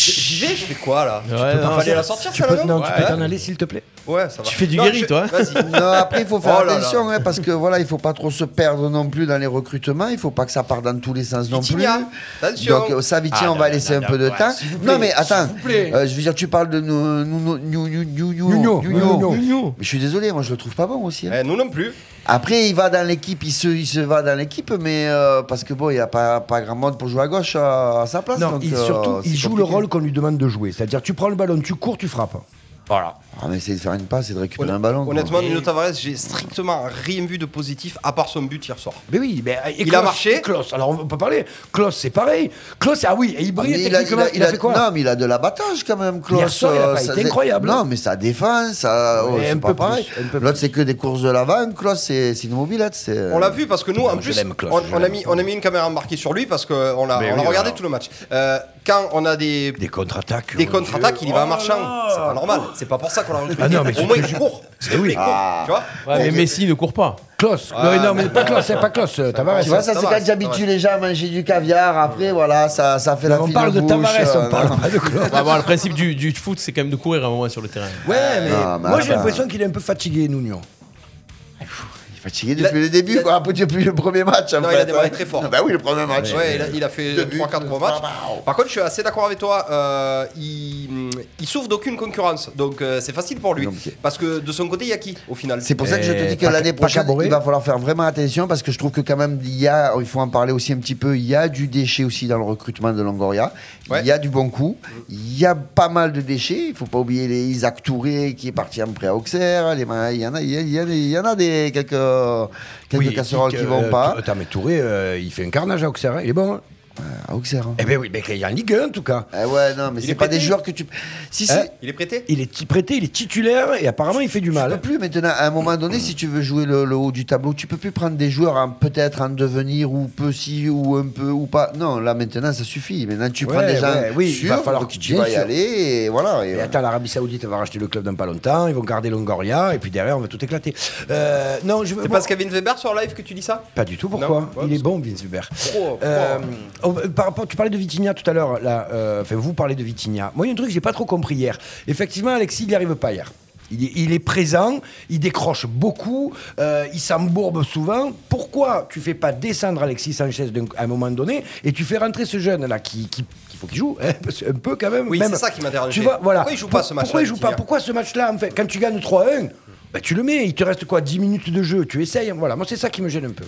I: j'y vais, je fais quoi là
F: Ouais,
I: Tu peux
F: non,
I: pas aller
F: c'est-
I: la sortir
H: Tu
I: ça
H: peux,
I: là
H: non, tu peux
I: Ouais.
H: t'en aller, s'il te plaît
I: Ouais, ça va.
F: Tu fais du
I: Non,
F: guéri,
I: je-
F: toi, hein
I: Vas-y.
G: Non, après, il faut faire
I: Oh là là.
G: attention, ouais, parce que voilà, il faut pas trop se perdre non plus dans les recrutements. Il faut pas que ça parte dans tous les sens non plus.
I: Vitinha, attention.
G: Donc, euh, Savitier,
F: Ah,
G: on
F: non,
G: va
F: non,
G: laisser
F: non,
G: un
F: non,
G: peu de
F: ouais,
G: temps.
F: s'il
G: Non, mais attends,
H: plaît.
G: euh, je veux dire, tu parles de nous- nous- nous- nous- nous- nous-
H: Nuno,
G: Nuno.
H: Nuno.
G: Mais Je suis désolé, moi je le trouve pas bon aussi. hein.
I: Eh, nous non plus.
G: Après, il va dans l'équipe, il se, il se va dans l'équipe, mais euh, parce que bon, il n'y a pas, pas grand monde pour jouer à gauche euh, à sa place.
H: Non,
G: donc,
H: il,
G: euh,
H: surtout,
G: c'est
H: il joue le
G: compliqué.
H: rôle qu'on lui demande de jouer. C'est-à-dire, tu prends le ballon, tu cours, tu frappes.
G: Ah, mais essayer de faire une passe et de récupérer un ballon. quoi.
I: Honnêtement, Nuno Tavares, j'ai strictement rien vu de positif à part son but hier soir.
H: Mais oui, mais et
I: Il a
H: Klose-
I: marché
H: Klose, alors on peut parler. Klose, c'est pareil. Klose, ah oui, et il
G: Ah,
H: brille
G: mais
H: techniquement. Il a, fait quoi
G: Non, mais il a de l'abattage quand même, Klaus.
H: Hier soir, il a pas
G: Euh,
H: été
G: ça-
H: incroyable.
G: Non, mais sa défense, ça,
H: Ouais,
G: oh,
H: un
G: c'est
H: peu
G: pas pareil.
H: plus, un peu
G: L'autre, c'est que des courses de l'avant. Klaus, c'est c'est une mobilette. c'est-
I: On l'a vu parce que nous, en
H: je
I: plus,
H: l'aime, Klose,
I: on,
H: je
I: on a
H: l'aime.
I: mis, on a mis une caméra embarquée sur lui parce qu'on l'a on l'a regardé tout le match. Euh, quand on a des,
H: Des contre-attaques.
I: des
H: mon
I: contre-attaques,
H: Dieu.
G: Oh
I: il y va en marchant. C'est pas normal. C'est pas pour ça qu'on l'a recruté.
H: Ah non, mais
I: Au
H: tu-
I: moins,
H: tu-
I: il court. C'est
H: Eh oui.
I: oui. Tu vois
F: Ouais, mais Messi ne court pas.
H: Klose. non, non, mais pas Klose, c'est pas Klose. euh, Tavares.
G: Tu vois, ça, c'est
I: Tavares,
G: quand tu habitues les gens à manger du caviar. Après, voilà, ça, ça fait la
H: on
G: fine
H: parle de
G: bouche,
H: Tavares,
G: euh,
H: on parle pas de Klose.
F: Bah, bon, le principe du, du foot, c'est quand même de courir à un moment sur le terrain.
H: Ouais, mais
G: Non, mais
H: moi j'ai
G: attends.
H: l'impression qu'il est un peu fatigué, Nuno.
G: Il est fatigué depuis le début, quoi. Après, depuis le premier match. en
I: Non, il a
G: fait,
I: démarré
G: ouais.
I: très fort.
G: Ah, Bah oui, le premier match.
I: Ouais, il a, il a fait
G: Deux
I: 3
G: buts,
I: quarts de gros match. Par contre, je suis assez d'accord avec toi. euh, il, il souffre d'aucune concurrence. Donc, euh, c'est facile pour lui.
G: Non, ok.
I: Parce que de son côté, il y a qui au final Eh.
G: C'est pour ça que je te
H: Et
G: dis que
H: pas-
G: l'année
H: pas
G: prochaine,
H: Caboret.
G: il va falloir faire vraiment attention parce que je trouve que quand même, il y a, il faut en parler aussi un petit peu, il y a du déchet aussi dans le recrutement de Longoria.
I: Ouais.
G: Il y a du bon coup. Il y a pas mal de déchets. Il faut pas oublier les Isaac Touré qui est parti en prêt à Auxerre. les ma- il, y en a, il, y a, il y a des- il y en a des quelques, quelques casseroles
H: Pique,
G: qui vont
H: euh,
G: pas.
H: Attends, mais Touré, euh, il fait un carnage à Auxerre, hein, il est bon. hein.
G: À Auxerre. hein.
H: Eh ben oui, mais il est en Ligue 1 en tout cas.
G: Eh ouais, non, mais
I: Il
G: c'est
I: est
G: pas des
I: prêté
G: joueurs que tu. Si,
H: Hein
G: c'est.
I: Il est prêté
H: Il est ti- prêté, il est titulaire et apparemment il fait du
G: Tu
H: mal.
G: peux plus maintenant, à un moment donné, si tu veux jouer le, le haut du tableau, tu peux plus prendre des joueurs en- peut-être en devenir ou peu si ou un peu ou pas. Non, là maintenant ça suffit. Maintenant tu prends
H: Ouais,
G: des gens
H: ouais, oui, il
G: sûrs,
H: va falloir
G: donc
H: que-
G: tu
H: bien
G: vas y
H: sûr.
G: aller et voilà. et
H: Et
G: voilà.
H: attends, l'Arabie Saoudite va racheter le club dans pas longtemps, ils vont garder Longoria et puis derrière on va tout éclater. Euh, non, je veux.
I: C'est
H: bon,
I: parce qu'Avin Weber sur live que tu dis ça
H: Pas du tout, pourquoi
I: Non, ouais,
H: Il est bon, Vince Hubert.
I: Pro,
H: Euh,
I: pro.
H: on- euh, par rapport, tu parlais de Vitinha tout à l'heure, là. euh, Enfin, vous parlez de Vitinha. Moi, il y a un truc que j'ai pas trop compris hier. Effectivement, Alexis, il n'y arrive pas hier. Il est, il est présent, il décroche beaucoup, euh, il s'embourbe souvent. Pourquoi tu fais pas descendre Alexis Sanchez d'un- à un moment donné et tu fais rentrer ce jeune-là qui, qui- qu'il faut qu'il joue hein, parce que un peu quand même.
I: Oui,
H: même-
I: c'est ça qui m'a dérangé.
H: Tu vois, voilà.
I: Pourquoi il joue pas ce match-là,
H: Pourquoi il joue pas
I: Vitinha
H: Pourquoi ce match-là en fait, Quand tu gagnes 3-1, bah, tu le mets. Il te reste quoi 10 minutes de jeu. Tu essayes. Voilà. Moi, c'est ça qui me gêne un peu.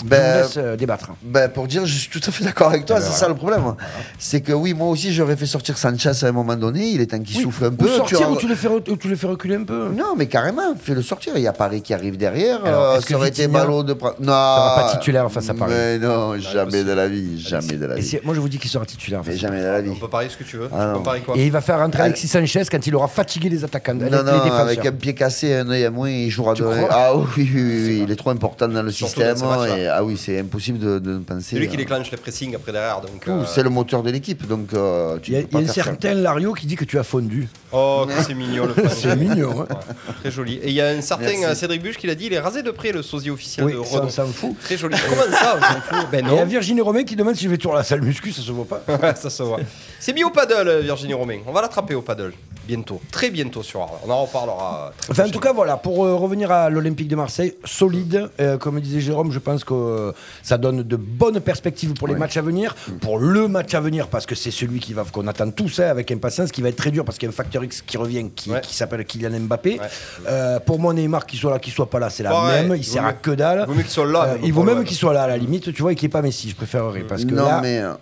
H: Je vous
G: Ben,
H: laisse euh, débattre.
G: ben, pour dire, je suis tout à fait d'accord avec toi,
H: Eh ben
G: c'est ça le problème. C'est que oui, moi aussi j'aurais fait sortir Sanchez à un moment donné, il est temps qu'il souffle un peu.
H: Ou sortir
G: as-
H: ou tu le fais, re- ou tu le fais reculer un peu. hein.
G: Non, mais carrément, fais-le sortir. Il y a Paris qui arrive derrière.
H: Alors,
G: euh,
H: est-ce que
G: ça aurait été
H: Vitinha
G: ballot de prendre. Non.
H: sera pas titulaire face à Paris.
G: Mais non, jamais de la vie. Jamais de la
H: Et
G: vie.
H: si- moi, je vous dis qu'il sera titulaire. en fait.
G: Mais jamais de la vie.
I: On peut parier ce que tu veux.
G: Ah,
I: tu
G: non.
I: peux parier quoi
H: Et il va faire rentrer
G: Allez.
H: Alexis Sanchez quand il aura fatigué les attaquants. les-
G: Non,
H: les
G: non,
H: défenseurs.
G: avec un pied cassé et un œil à moins, il jouera
H: Tu
G: de
H: crois
G: Ah oui, oui, oui, oui, il est trop important dans le
I: Surtout
G: système.
I: dans ce match-là.
G: et- ah oui, c'est impossible de, de ne penser.
I: C'est lui qui
G: euh,
I: déclenche les pressings après derrière. Donc,
G: tout,
I: euh,
G: C'est le moteur de l'équipe, donc euh, tu
H: Il y a,
G: peux
H: il y
G: pas
H: a un
G: faire ça.
H: certain Lario qui dit que tu as fondu.
I: Oh, que c'est mignon le français.
H: C'est mignon, hein.
I: Ouais, Très joli. Et il y a un certain
G: Merci.
I: euh, Cédric Buche qui l'a dit il est rasé de près, le sosie officiel
H: Oui,
I: de
H: ça,
I: Renault.
H: on s'en fout.
I: Très joli. Comment ça, on s'en fout Ben
H: Et il y a
I: non.
H: Virginie Romain qui demande si je vais toujours à la salle muscu, ça se voit pas.
I: Ouais, ça se voit. C'est mis au paddle, euh, Virginie Romain. On va l'attraper au paddle. Bientôt. Très bientôt sur Arles. On en reparlera. euh, très
H: Enfin, en
I: prochainement.
H: tout cas, voilà, pour euh, revenir à l'Olympique de Marseille, solide, euh, comme disait Jérôme, je pense que euh, ça donne de bonnes perspectives pour les matchs à venir, pour le match à venir, parce que c'est celui qui va qu'on attend tous hein, avec impatience, qui va être très dur, parce qu'il y a un facteur X qui revient, qui,
I: Ouais.
H: qui s'appelle Kylian Mbappé.
I: Ouais.
H: Euh, pour moi, Neymar, qu'il soit là, qu'il soit pas là, c'est la
I: Ouais,
H: même, il
I: vaut
H: sert à
I: mieux-
H: que dalle. Euh,
I: vaut mieux qu'il soit là, même, pour
H: il vaut
I: le
H: même
I: même.
H: qu'il soit là, à la limite, tu vois, et qu'il n'y ait pas Messi, je préférerais, parce que
G: non,
H: là,
G: mais euh,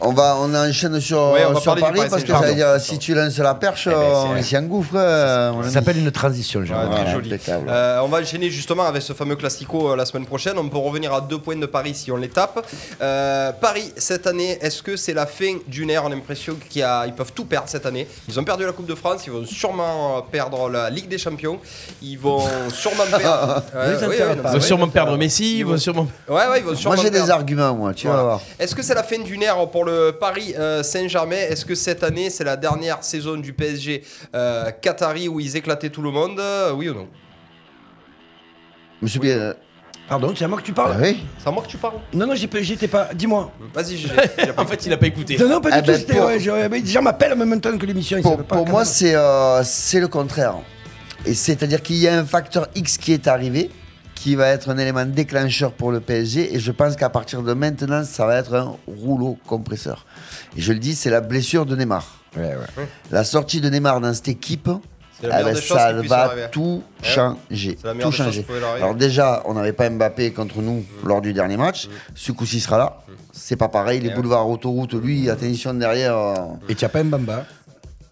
G: on, va, on enchaîne sur,
I: Ouais, on va
G: sur
I: parler du
G: Paris
I: Paris
G: parce que
I: Saint-Germain. Eh ben,
G: ça veut dire, si tu lances la perche,
H: c'est-
G: on s'y engouffre. euh, mon
H: ça
G: ami.
H: s'appelle une transition,
I: Ouais,
H: Jérôme.
I: très
G: Voilà,
I: joli.
G: impeccable.
I: Euh, on va enchaîner justement avec ce fameux classico euh, la semaine prochaine. On peut revenir à deux points de Paris si on les tape. Euh, Paris, cette année, est-ce que c'est la fin d'une ère On a l'impression qu'ils peuvent tout perdre cette année. Ils ont perdu la Coupe de France, ils vont sûrement euh, perdre la Ligue des Champions. Ils vont sûrement perdre. Ouais,
H: Les
I: ouais,
H: intérêts
I: ouais, non, mais
H: pas.
F: Ils vont
I: Ah ouais,
F: sûrement
I: non,
F: perdre
I: mais-
F: Messi, ils vont sûrement.
I: Ouais, ouais, ils vont
G: Moi
I: sûrement
G: j'ai des
I: perdre.
G: arguments, moi, tu vas
I: Voilà.
G: voir.
I: Est-ce que c'est la fin d'une ère pour le Paris euh, Saint-Germain Est-ce que cette année c'est la dernière saison du PSG euh, Qatari où ils éclataient tout le monde Euh, Oui ou non
G: Monsieur Pierre,
H: Pardon, c'est à moi que tu parles
G: Ah oui.
I: C'est à moi que tu parles
H: Non, non, j'ai pas- j'étais pas. Dis-moi.
I: Vas-y, GG.
F: En fait, il a pas écouté.
H: Non, non, pas
G: Ah
H: du
G: ben,
H: tout. C'était,
G: pour-
H: ouais, j'aurais- mais les gens m'appellent en même temps que l'émission. ils
G: Pour,
H: savent pas
G: pour
H: quand
G: moi,
H: même.
G: c'est euh, c'est le contraire. Et c'est-à-dire qu'il y a un facteur X qui est arrivé, qui va être un élément déclencheur pour le PSG. Et je pense qu'à partir de maintenant, ça va être un rouleau compresseur. Et je le dis, c'est la blessure de Neymar. La sortie de Neymar dans cette équipe, eh ben,
I: C'est la meilleure des choses
G: ça
I: qui puisse
G: va
I: arriver.
G: tout
I: Ouais.
G: changer.
I: C'est la meilleure
G: Tout
I: des choses qui
G: changer.
I: pouvait leur arriver.
G: Alors déjà, on n'avait pas Mbappé contre nous lors du dernier
I: Mm.
G: match. Ce coup-ci sera là. C'est pas pareil, les
I: ouais.
G: boulevards autoroute,
I: Mm.
G: lui, attention derrière. euh,
H: Et t'as pas Mbamba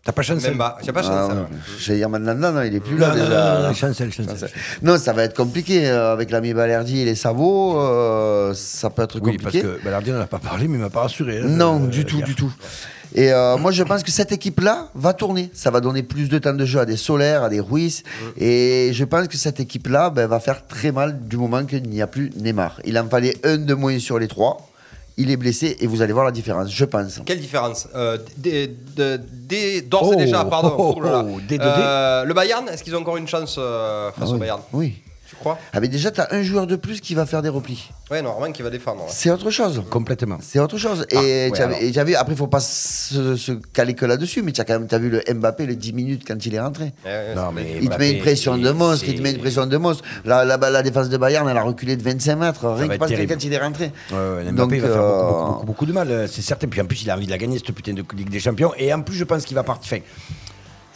H: T'as pas Chancel
I: Même bas. J'ai pas
G: ah,
I: chance.
G: ouais. J'allais dire maintenant, non, non, il est plus
H: Non,
G: là
H: non, non,
G: déjà.
H: non, non, Chancel, Chancel.
G: Non, ça va être compliqué euh, avec l'ami Balerdi et les sabots. euh, ça peut être
H: Oui,
G: compliqué.
H: parce que Balardi n'en a pas parlé, mais il m'a pas rassuré. hein,
G: Non,
H: euh,
G: du tout,
H: hier.
G: du tout. Et euh, moi, je pense que cette équipe-là va tourner. Ça va donner plus de temps de jeu à des Solaires, à des Ruiz.
H: Mm.
G: Et je pense que cette équipe-là ben, va faire très mal du moment qu'il n'y a plus Neymar. Il en fallait un de moins sur les trois. Il est blessé et vous allez voir la différence, je pense.
I: Quelle différence Euh, dès- de- dès- D'ores et
H: Oh,
I: déjà, pardon.
H: oh, oh,
I: Ouh là là.
H: oh, dès de
I: Euh, le Bayern, est-ce qu'ils ont encore une chance euh, face au
G: Ah oui.
I: Bayern
G: Oui.
I: Tu crois
G: Ah, mais déjà, tu as un joueur de plus qui va faire des replis.
I: Ouais, normalement, qui va défendre. ouais.
G: C'est autre chose.
H: Complètement. Ah,
G: C'est autre chose. Et
H: ouais,
G: tu
H: alors.
G: avais, et tu avais- après, il faut pas se, se caler que là-dessus, mais tu as quand même as vu le Mbappé les 10 minutes quand il est rentré.
I: Ouais, ouais,
H: Non,
I: c'est
H: mais
G: Il te met une pression de monstre, il te met une pression de monstre. La, la, la défense de Bayern, elle a reculé de 25 mètres, rien
H: va
G: que
H: être
G: parce que
H: terrible.
G: quand il est rentré.
H: Ouais, ouais, Mbappé
G: Donc,
H: va faire beaucoup, beaucoup,
G: euh,
H: beaucoup, beaucoup de mal, euh, c'est certain. Puis en plus, il a envie de la gagner, cette putain de Ligue des Champions. Et en plus, je pense qu'il va partir. Enfin,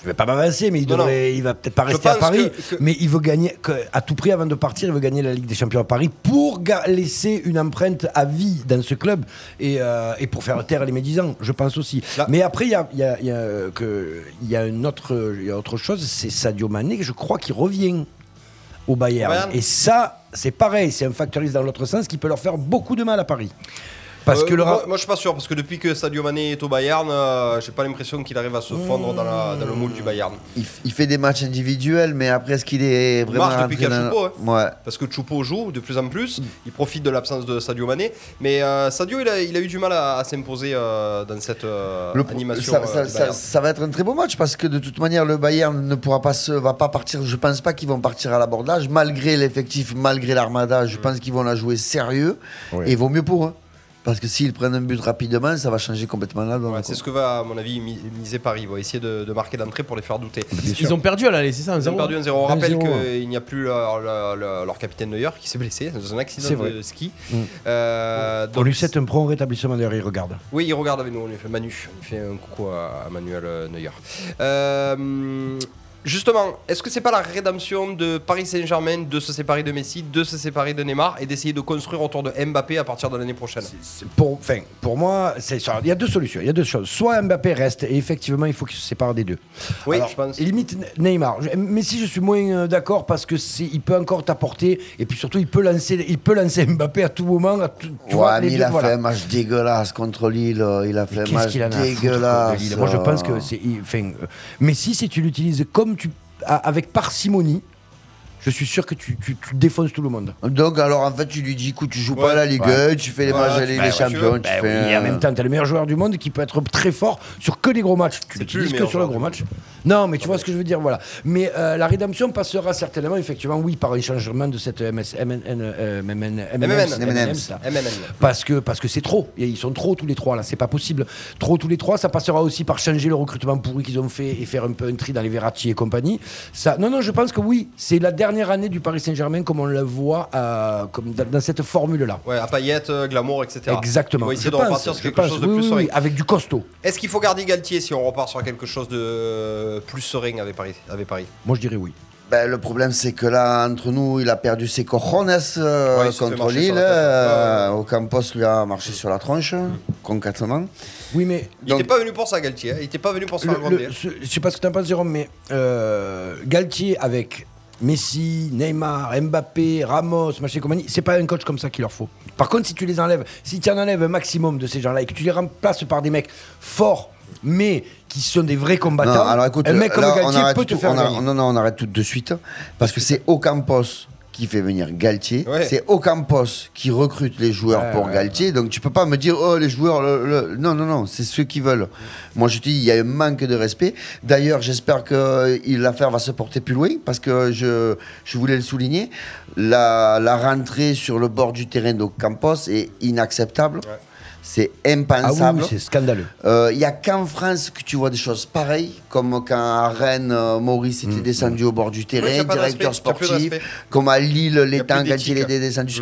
H: je vais pas m'avancer, mais il,
I: Non,
H: devrait, il va peut-être pas
I: Je
H: rester à
I: pense
H: Paris.
I: que- que-
H: Mais il veut gagner, que- à tout prix, avant de partir, il veut gagner la Ligue des Champions à Paris pour ga- laisser une empreinte à vie dans ce club et, euh, et pour faire taire les médisants, je pense aussi.
I: Là-
H: Mais après, il y a, il y a- il y a, euh, que- il y a une autre, euh, il y a autre chose, c'est Sadio Mané, je crois qu'il revient au Bayern.
I: Bayern.
H: Et ça, c'est pareil, c'est un factoriste dans l'autre sens qui peut leur faire beaucoup de mal à Paris. Parce
I: Euh,
H: que le
I: moi,
H: ra-
I: moi, je suis pas sûr, parce que depuis que Sadio Mané est au Bayern, euh, j'ai pas l'impression qu'il arrive à se fondre dans, la- dans le moule du Bayern.
G: Il, f- il fait des matchs individuels, mais après, est-ce qu'il est vraiment.
I: marche
G: rentré
I: depuis qu'il y a
G: dans-
H: hein.
I: Choupo,
G: Ouais.
I: Parce que Choupo joue de plus en plus, il profite de l'absence de Sadio Mané, mais euh, Sadio il a, il a eu du mal à, à s'imposer euh, dans cette euh,
G: Le-
I: animation.
G: ça,
I: euh,
G: ça-
I: du
G: ça-
I: Bayern.
G: ça va être un très beau match parce que de toute manière le Bayern ne pourra pas se, va pas partir je pense pas qu'ils vont partir à l'abordage malgré l'effectif malgré l'armada
I: Mm.
G: je pense qu'ils vont la jouer sérieux et vaut mieux pour eux parce que s'ils prennent un but rapidement ça va changer complètement la donne
I: Ouais,
G: quoi.
I: c'est ce que va, à mon avis, mi- miser Paris. Ils vont essayer de, de marquer d'entrée pour les faire douter.
H: Bah,
F: Ils ont perdu à l'aller, c'est ça, un
I: Ils ont
F: zéro
I: perdu 1-0. On rappelle
H: 1-0,
I: qu'il n'y a plus leur, leur- leur- leur capitaine Neuer qui s'est blessé dans un accident
H: C'est vrai. Mm.
I: de ski. Euh,
H: on
I: donc-
H: lui souhaite Oh, un prompt rétablissement derrière, il regarde.
I: Oui, il regarde avec nous. On lui fait Manu. On lui fait un coucou à, à Manuel euh, Neuer. Euh, justement, est-ce que c'est pas la rédemption de Paris Saint-Germain de se séparer de Messi, de se séparer de Neymar et d'essayer de construire autour de Mbappé à partir de l'année prochaine
H: C'est Pour, enfin, pour moi, c'est ça. il y a deux solutions, il y a deux choses. Soit Mbappé reste, et effectivement, il faut qu'il se sépare des deux.
I: Oui,
H: Alors,
I: je pense.
H: Limite Ne- Neymar. Je- Mais si je suis moins euh, d'accord parce que c'est- il peut encore t'apporter, et puis surtout, il peut lancer, il peut lancer Mbappé à tout moment. à tout- tu
G: ouais,
H: vois, les
G: mais il
H: deux,
G: a
H: voilà.
G: fait un match dégueulasse contre Lille. euh, Il a fait un
H: Qu'est-ce
G: match
H: qu'il en a à foutre,
G: dégueulasse.
H: de Lille Moi, je pense que
G: euh,
H: c'est. il- Enfin, euh, mais si, si tu l'utilises comme tu. a- avec parcimonie, je suis sûr que tu, tu- tu défonces tout le monde.
G: Donc, alors, en fait, tu lui dis, écoute, tu joues pas à la Ligue 1, tu fais les
I: Ouais,
G: matchs à la
I: tu
G: Ligue
I: fais
G: des
I: ce que tu
G: Champions,
I: veux.
G: tu
H: Ben oui,
G: fais.
H: et en
G: euh,
H: même temps, t'es le meilleur joueur du monde qui peut être très fort sur que les gros matchs.
I: C'est plus
H: Tu
I: le
H: l'utilises que
I: meilleur
H: sur le
I: joueur
H: gros
I: du Ah
H: match. Non, mais tu vois ce que je veux dire, voilà. Mais euh, la rédemption passera certainement, effectivement, oui, par un changement de cette MS, MN, euh, MMN, MMS, MMS, là.
I: MMN.
H: Parce que parce que c'est trop. Et Ils sont trop tous les trois là. C'est pas possible. Trop tous les trois. Ça passera aussi par changer le recrutement pourri qu'ils ont fait et faire un peu un tri dans les Verratti et compagnie. Ça, non non, je pense que oui. C'est la dernière année du Paris Saint-Germain comme on la voit euh, comme dans, dans cette formule là.
I: Ouais, à paillettes, euh, glamour, etc.
H: Exactement.
I: On va
H: Je
I: essayer de
H: pense,
I: repartir sur
H: je
I: quelque
H: pense.
I: chose de
H: Oui,
I: plus
H: oui,
I: serein.
H: oui, avec du costaud.
I: Est-ce qu'il faut garder Galtier si on repart sur quelque chose de plus serein avec Paris, avec Paris
H: Moi je dirais oui.
G: Ben, le problème, c'est que là, entre nous, il a perdu ses cojones euh,
I: Ouais, il s'est fait
G: contre
I: marcher sur
G: Lille.
I: la tête. Mm.
G: euh, Ocampos lui a marché sur la tronche, concrètement.
H: Oui mais
I: Il
G: Donc-
I: n'était pas venu pour ça, Galtier. hein. Il n'était pas venu pour se faire
H: Le- le-
I: gronder.
H: ce- je sais pas ce que tu en penses, Jérôme, mais euh, Galtier avec Messi, Neymar, Mbappé, Ramos, machin et compagnie, c'est pas un coach comme ça qu'il leur faut. Par contre, si tu les enlèves, si tu en enlèves un maximum de ces gens-là et que tu les remplaces par des mecs forts, mais qui sont des vrais combattants,
G: Non, alors écoute, euh,
H: un mec comme
G: là, on
H: Galtier
G: arrête
H: peut te
G: tout,
H: faire
G: on a-
H: gagner.
G: Non, non, on arrête tout de suite. Parce que c'est Ocampos qui fait venir Galtier.
I: Ouais.
G: C'est Ocampos qui recrute les joueurs
H: Ouais,
G: pour
H: ouais,
G: Galtier. Donc tu peux pas me dire, oh, les joueurs. le- le- Non, non, non, c'est ceux qui veulent. Moi, je te dis, il y a un manque de respect. D'ailleurs, j'espère que euh, l'affaire va se porter plus loin parce que je, je voulais le souligner. La, la rentrée sur le bord du terrain d'Ocampos est inacceptable. C'est
H: Ah oui,
G: impensable.
H: oui, c'est scandaleux.
G: Euh, Il y a qu'en France que tu vois des choses pareilles, comme quand à Rennes, euh, Maurice était descendu au bord du terrain,
I: Mm. Oui, t'as pas de
G: directeur
I: respect, t'as plus de
G: sportif,
I: respect.
G: comme à Lille,
I: Y a
G: l'étang,
I: plus
G: quand il
I: d'éthique. Mm.
G: était descendu.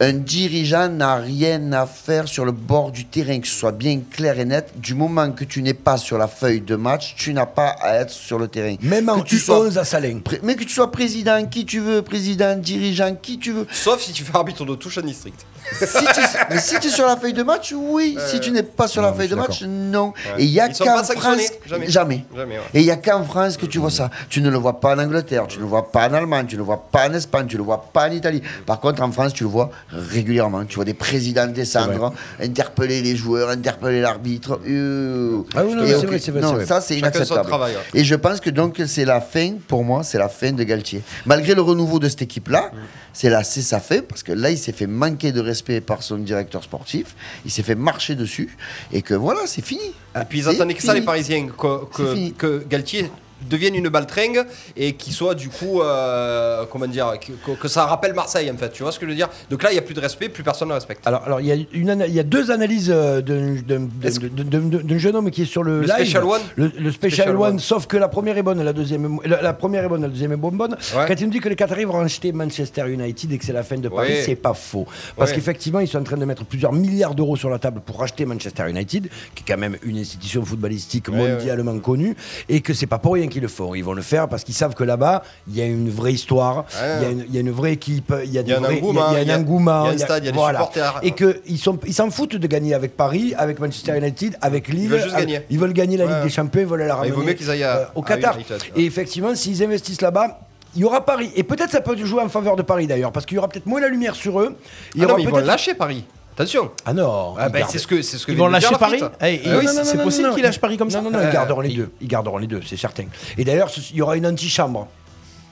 G: Un dirigeant n'a rien à faire sur le bord du terrain, que ce soit bien clair et net. Du moment que tu n'es pas sur la feuille de match, tu n'as pas à être sur le terrain.
H: Même en
G: que tu sois
H: U11 à Salins.
G: pré- Mais que tu sois président, qui tu veux, président, dirigeant, qui tu veux.
I: Sauf si tu fais arbitre de touche en district.
G: Si tu, mais si tu es sur la feuille de match, oui.
H: Euh,
G: si tu n'es pas sur la feuille de match, non. Et il y a
I: Ils sont
G: qu'en
I: pas
G: France.
I: sanctionnés, jamais.
G: Jamais.
I: Jamais, ouais.
G: Et il y a qu'en France que tu vois ça. Tu ne le vois pas en Angleterre, tu ne le vois pas en Allemagne, tu ne le vois pas en Espagne, tu ne le vois pas en Italie. Par contre, en France, tu le vois régulièrement. Tu vois des présidents descendre, interpeller les joueurs, interpeller l'arbitre. Euh,
H: Ah oui, non,
G: et
H: mais c'est
G: ok.
H: vrai, c'est vrai,
G: Non,
H: c'est vrai.
G: ça, c'est
I: Chacun son
G: inacceptable.
I: travail, ouais.
G: Et je pense que donc c'est la fin, pour moi, c'est la fin de Galtier. Malgré le renouveau de cette équipe-là,
I: Mm.
G: c'est là, c'est sa fin, parce que là, il s'est fait manquer de respect par son directeur sportif, il s'est fait marcher dessus, et que voilà, c'est fini.
H: Ah,
I: Et puis ils
G: C'est
I: attendaient que ça, les
G: fini.
I: Parisiens, que, que-
G: C'est fini.
I: que Galtier devienne une baltringue et qu'il soit du coup, euh, comment dire, que, que- que ça rappelle Marseille en fait. Tu vois ce que je veux dire Donc là, il n'y a plus de respect, plus personne ne respecte.
H: Alors, alors, il y, a une ana- il y a deux analyses euh, d'un d'un- d'un-
I: Est-ce que-
H: d'un- d'un- d'un jeune homme qui est sur le,
I: Le
H: live.
I: Special One
H: Le, le Special,
I: Special
H: One,
I: One.
H: sauf que la première est bonne, la deuxième, est mo- la, la première est bonne, la deuxième est bonne, bonne.
I: Ouais.
H: Quand il nous dit que les Qataris vont acheter Manchester United et que c'est la fin de Paris,
I: Ouais.
H: c'est pas faux. Parce
I: Ouais.
H: qu'effectivement, ils sont en train de mettre plusieurs milliards d'euros sur la table pour racheter Manchester United, qui est quand même une institution footballistique mondialement connue, et que c'est pas pour rien qu'ils le font. Ils vont le faire parce qu'ils savent que là-bas, il y a une vraie histoire, il y a une- il y, a une vraie équipe, il y a des
I: un
H: vrais-
I: engouement,
H: il y a- il y a un engouement,
I: il y a un stade, il y a des supporters.
H: Et que ils sont ils s'en foutent de gagner avec Paris, avec Manchester United, avec Lille.
I: veulent juste
H: avec-
I: gagner.
H: ils veulent gagner la Ligue
I: Ouais.
H: des Champions, ils veulent la
I: il
H: ramener euh,
I: vaut mieux qu'ils aillent à-
H: au
I: à
H: Qatar.
I: United, ouais.
H: Et effectivement, s'ils investissent là-bas, il y aura Paris. Et peut-être ça peut jouer en faveur de Paris d'ailleurs, parce qu'il y aura peut-être moins la lumière sur eux. Il y
I: Ah non,
H: aura
I: mais ils vont
H: peut-être-
I: lâcher Paris. Attention.
H: Ah non.
I: Ah
H: ils
I: ben,
H: gardent-
I: c'est ce que c'est ce que
F: Ils
I: vient
F: vont
I: de dire
F: lâcher
I: la Ah
F: Paris
I: frite.
F: Eh, et
H: Non,
F: oui,
H: non, non,
F: C'est
H: non,
F: possible
H: non,
F: qu'ils
H: non.
F: lâchent Paris comme ça
H: Non, non,
I: Euh,
H: non, ils garderont les deux. Ils garderont les deux, c'est certain. Et d'ailleurs, ce- il y aura une antichambre.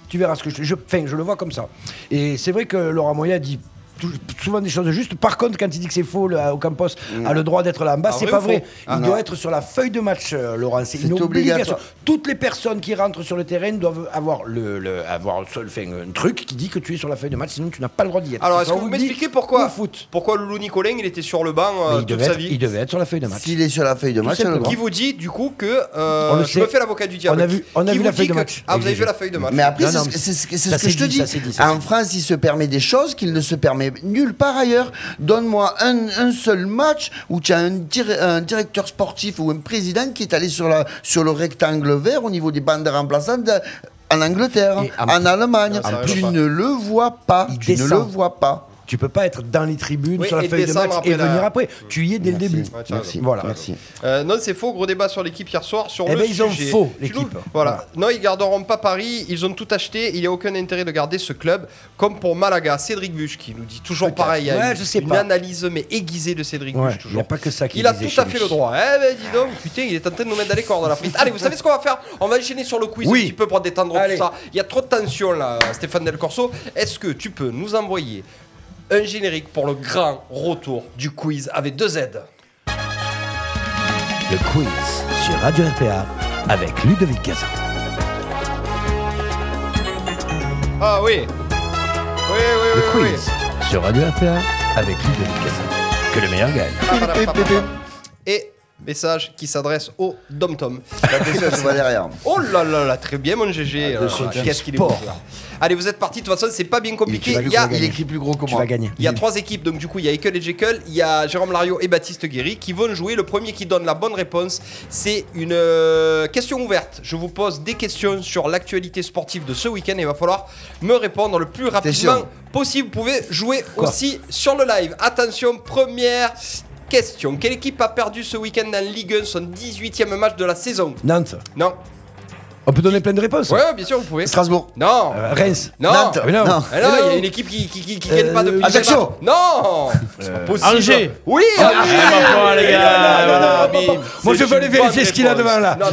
H: Tu verras ce que je. je- Enfin, je le vois comme ça. Et c'est vrai que Laura Moya dit. tou- Souvent des choses justes. Par contre, quand il dit que c'est faux, au Campos a le droit d'être là en bas,
I: Ah,
H: c'est
I: vrai
H: pas
I: ou faux
H: vrai.
I: Ah,
H: il
I: non.
H: doit être sur la feuille de match, euh, Laurent. C'est
G: C'est
H: une obligation.
G: obligatoire.
H: Toutes les personnes qui rentrent sur le terrain doivent avoir le, le- avoir seul, enfin, un truc qui dit que tu es sur la feuille de match, sinon tu n'as pas le droit d'y être.
I: Alors,
H: C'est
I: est-ce
H: quand
I: que vous
H: on dit
I: m'expliquez pourquoi
H: au foot.
I: Pourquoi Loulou Nicolin, il était sur le banc
H: Mais
I: euh,
H: il,
I: toute
H: devait
I: sa
H: être,
I: vie
H: il devait être sur la feuille de match.
G: S'il est sur la feuille de match,
H: Tout
G: on le
H: simplement.
I: Qui
G: droit.
I: vous dit du coup que euh,
H: On le
I: je
H: sait.
I: me fais l'avocat du diable
H: On a vu- on
I: Qui
H: a vu
I: vous
H: la
I: dit
H: feuille de
I: que-
H: match.
I: Ah vous avez
H: Oui,
I: vu
H: oui.
I: la feuille de match
G: Mais après,
H: Non,
G: c'est
H: non,
G: ce que-
H: mais
G: c'est ce que, c'est
H: ça
G: ce que
H: s'est
G: je te
H: dit,
G: dis.
H: ça s'est dit, ça
G: en
H: s'est
G: France, il se permet des choses qu'il ne se permet nulle part ailleurs. Donne-moi un, un seul match où tu as un, dir- un directeur sportif ou un président qui est allé sur, la, sur le rectangle vert au niveau des bandes remplaçantes. euh, En Angleterre,
H: Et
G: en,
H: en-
G: Allemagne,
I: Non, ça arrive
G: tu
I: pas.
G: ne le vois pas.
H: Il
G: Tu ne le
H: descend.
G: vois pas.
H: Tu peux pas être dans les tribunes
I: Oui,
H: sur la
I: et
H: feuille de
I: descendre
H: match
I: après
H: et
I: la-
H: venir après. Tu y es dès le début.
I: Ouais, tiens,
G: Merci.
H: Voilà.
G: Merci.
I: Euh, non, c'est faux. Gros débat sur l'équipe hier soir sur
H: Eh
I: le
H: ben, ils ont
I: sujet.
H: faux,
I: Tu
H: l'équipe.
I: nous- Voilà. Non, ils garderont pas Paris. Ils ont tout acheté. Il n'y a aucun intérêt de garder ce club. Comme pour Malaga, Cédric Buche qui nous dit toujours
H: Peut-être.
I: pareil. il y a
H: Ouais,
I: une,
H: je sais
I: une
H: pas.
I: analyse mais aiguisée de Cédric
H: Ouais,
I: Buche
H: il n'y
I: toujours.
H: a pas que ça qui
I: Il a
H: disait
I: tout
H: chez
I: à fait
H: lui.
I: le droit. Eh ben dis donc, putain, il est en train de nous mettre dans les cordes à la frite. Allez, vous savez ce qu'on va faire On va enchaîner sur le quiz
H: Oui.
I: un petit peu pour détendre
H: Allez.
I: tout ça. Il y a trop de tension là, Stéphane Del Corso. Est-ce que tu peux nous envoyer un générique pour le grand retour du quiz avec deux Z
F: Le quiz sur Radio RPA avec Ludovic Gazan.
I: Ah oui Oui, oui, oui. oui, oui.
F: sur Radio RPA avec Ludovic Gazan. Que le meilleur gagne.
I: Et message qui s'adresse au Dom Tom.
G: Je vois derrière.
I: Oh là là là, très bien mon GG. Alors,
H: suite, Ah, un
I: Qu'est-ce qu'il est bon
H: sport.
I: joueur. Allez, vous êtes parti. De toute façon, c'est pas bien compliqué. Il y a,
G: Il écrit plus gros que
H: Tu
G: moi.
H: vas gagner.
I: il y a trois équipes, donc du coup il y a Ekel et Jekyll, il y a Jérôme Lario et Baptiste Guéry qui vont jouer. Le premier qui donne la bonne réponse, c'est une euh, question ouverte. Je vous pose des questions sur l'actualité sportive de ce week-end et il va falloir me répondre le plus rapidement
G: sûr
I: possible. Vous pouvez jouer aussi sur le live. Attention, première question. Quelle équipe a perdu ce week-end en Ligue 1 son 18e match de la saison
H: Nantes.
I: Non.
H: On peut donner plein de réponses.
I: Ouais, ouais, bien sûr, vous pouvez.
G: Strasbourg.
I: Non.
H: Euh, Reims.
I: Non.
G: Nantes.
H: mais non.
I: Ah non, il y a une équipe qui, qui, qui, qui gagne
H: Euh,
I: pas depuis. le
G: Ajaccio.
I: départ. Non C'est pas possible
F: Angers.
I: Oui
F: Ah,
I: Angers
F: bah, bon, les gars, voilà,
H: pas. Moi,
I: c'est
H: je veux
I: une
H: aller vérifier
I: bonne
H: ce qu'il a
I: réponse.
H: devant là.
I: Non, non,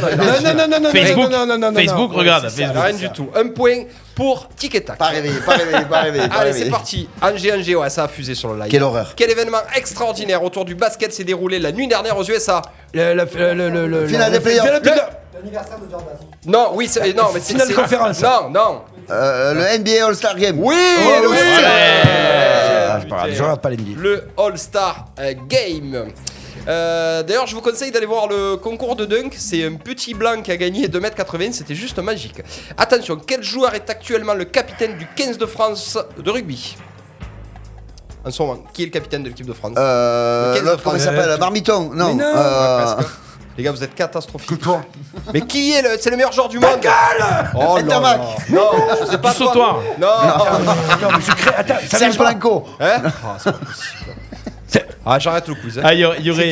I: non,
H: non, non, non, non, non,
F: Facebook,
H: non, non, non, non,
F: Facebook,
H: non.
F: regarde,
H: Ouais, c'est ça.
F: Facebook.
I: Rien du tout. Un point pour Ticket Tac.
G: Pas réveillé, pas réveillé, pas réveillé. pas
I: Allez,
G: réveillé.
I: c'est parti. Angers, Angers, ouais, ça a fusé sur le live.
G: Quelle Ah, horreur.
I: Quel événement extraordinaire autour du basket s'est déroulé la nuit dernière aux USA
H: Le- le- le- le- le-
G: Finale
H: le-
G: des playoffs.
H: finale des playoffs.
I: Non, oui, c'est- non, mais c'est.
H: Finale
I: c'est-
H: conférence.
I: Non, non. Oh,
G: Euh, le NBA All-Star Game. Oh,
I: Oui, le
H: Ah, c'est pas grave, Je regarde pas l'NBA.
I: le All-Star euh, Game. Euh, D'ailleurs, je vous conseille d'aller voir le concours de dunk. C'est un petit blanc qui a gagné 2m80. C'était juste magique. Attention, quel joueur est actuellement le capitaine du 15 de France de rugby En ce moment, qui est le capitaine de l'équipe de France
G: Euh,
I: Lequel
G: l'autre, comment il
I: de
G: s'appelle Marmiton Non.
H: Mais non.
G: euh,
I: Ouais, presque. Les gars, vous êtes catastrophiques. Mais qui est le C'est le meilleur joueur du monde. Oh là là.
G: Tamac.
I: Non, je sais pas. toi.
F: sautoir.
I: Non.
H: Non, mais je crée- attends, ça
G: Serge
H: vient pas.
G: Blanco.
I: Hein Ah, c'est pas possible. Ah, j'arrête le quiz. hein.
F: Ah, il y aurait- il y aurait.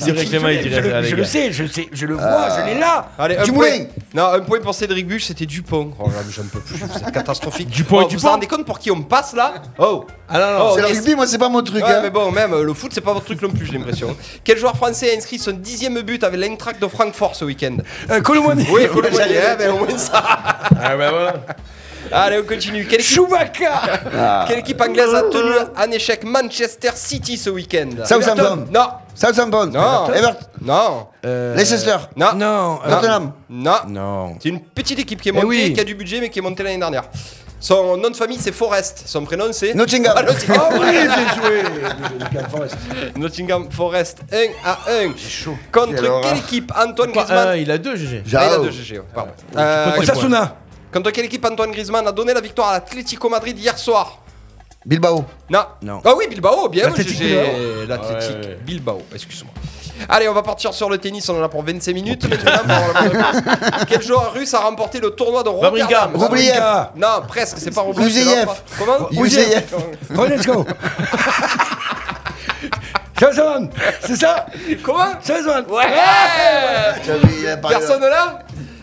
F: Il y aurait Clément, il
H: Je
F: dirait.
H: le-
F: ah, les
H: Je le
F: gars.
H: sais, je sais, je le vois, je l'ai là.
I: Allez, un
G: Dumoulin.
I: point. Non, un point pour Cédric Buche, c'était Dupont. Oh là, mais j'en peux plus, vous êtes catastrophique. Oh,
F: Dupont et
I: Vous vous
F: Dupont.
I: rendez compte pour qui on passe là Oh
F: Ah non, non.
I: Oh,
G: C'est le
I: mais-
G: rugby, moi, c'est pas mon truc.
I: Ouais,
G: hein.
I: mais bon, même euh, le foot, c'est pas votre truc non plus, j'ai l'impression. Quel joueur français a inscrit son dixième but avec l'Eintracht de Francfort ce week-end
H: Euh, Colomani.
I: Oui, Colomani, hein, mais au moins ça.
F: Ah, bah voilà.
I: Allez, on continue. Quelle équipe,
H: Chewbacca
G: Ah.
I: quelle équipe anglaise a tenu en échec Manchester City ce week-end
G: Southampton.
I: Non,
G: Southampton.
I: Non.
G: Everton.
I: non,
G: Leicester.
I: non,
H: Euh, Non, euh,
G: Tottenham.
I: non.
H: Non.
I: C'est une petite équipe qui est montée,
H: Eh oui.
I: qui a du budget, mais qui est montée l'année dernière. Son nom de famille, c'est Forrest. Son prénom, c'est.
G: Nottingham.
I: Ah, Nottingham.
H: oui, bien joué
I: Nottingham Forest 1 à 1. Contre
G: Quelle horreur.
I: quelle équipe Antoine
F: Quoi,
I: Griezmann
F: euh, Il a deux GG.
I: Ah, il a
G: Jao.
I: deux GG, ouais, pardon. Euh,
H: Osasuna
I: contre quelle équipe Antoine Griezmann a donné la victoire à l'Atlético Madrid hier soir
G: Bilbao.
I: Non.
H: Non.
I: Ah oui, Bilbao, bien le
H: L'Athletic
I: GG. L'Athletic
F: Ouais, ouais.
I: Bilbao, excuse-moi. Allez, on va partir sur le tennis, on en a pour 25 minutes. maintenant, pour avoir la bonne réponse. Quel joueur russe a remporté le tournoi de
F: Wawrinka.
I: Rotterdam
G: Roubliev.
H: Wawrinka.
I: Non, presque, c'est pas Roubliev. c'est
G: Ouzeyev.
I: l'autre. hein. Comment
G: Ouzeyev.
H: Renetsko Jason C'est ça
I: Comment
H: Jason
I: Ouais
G: Il a parlé-
I: Personne là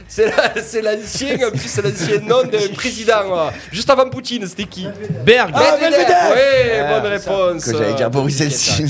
I: C'est la- c'est l'ancien, en plus c'est l'ancien nom d'un président. là. Juste avant Poutine, c'était qui
F: Berg.
H: Ah, Medvedev
I: Oui, bonne réponse.
G: Que j'allais dire Boris Eltsine.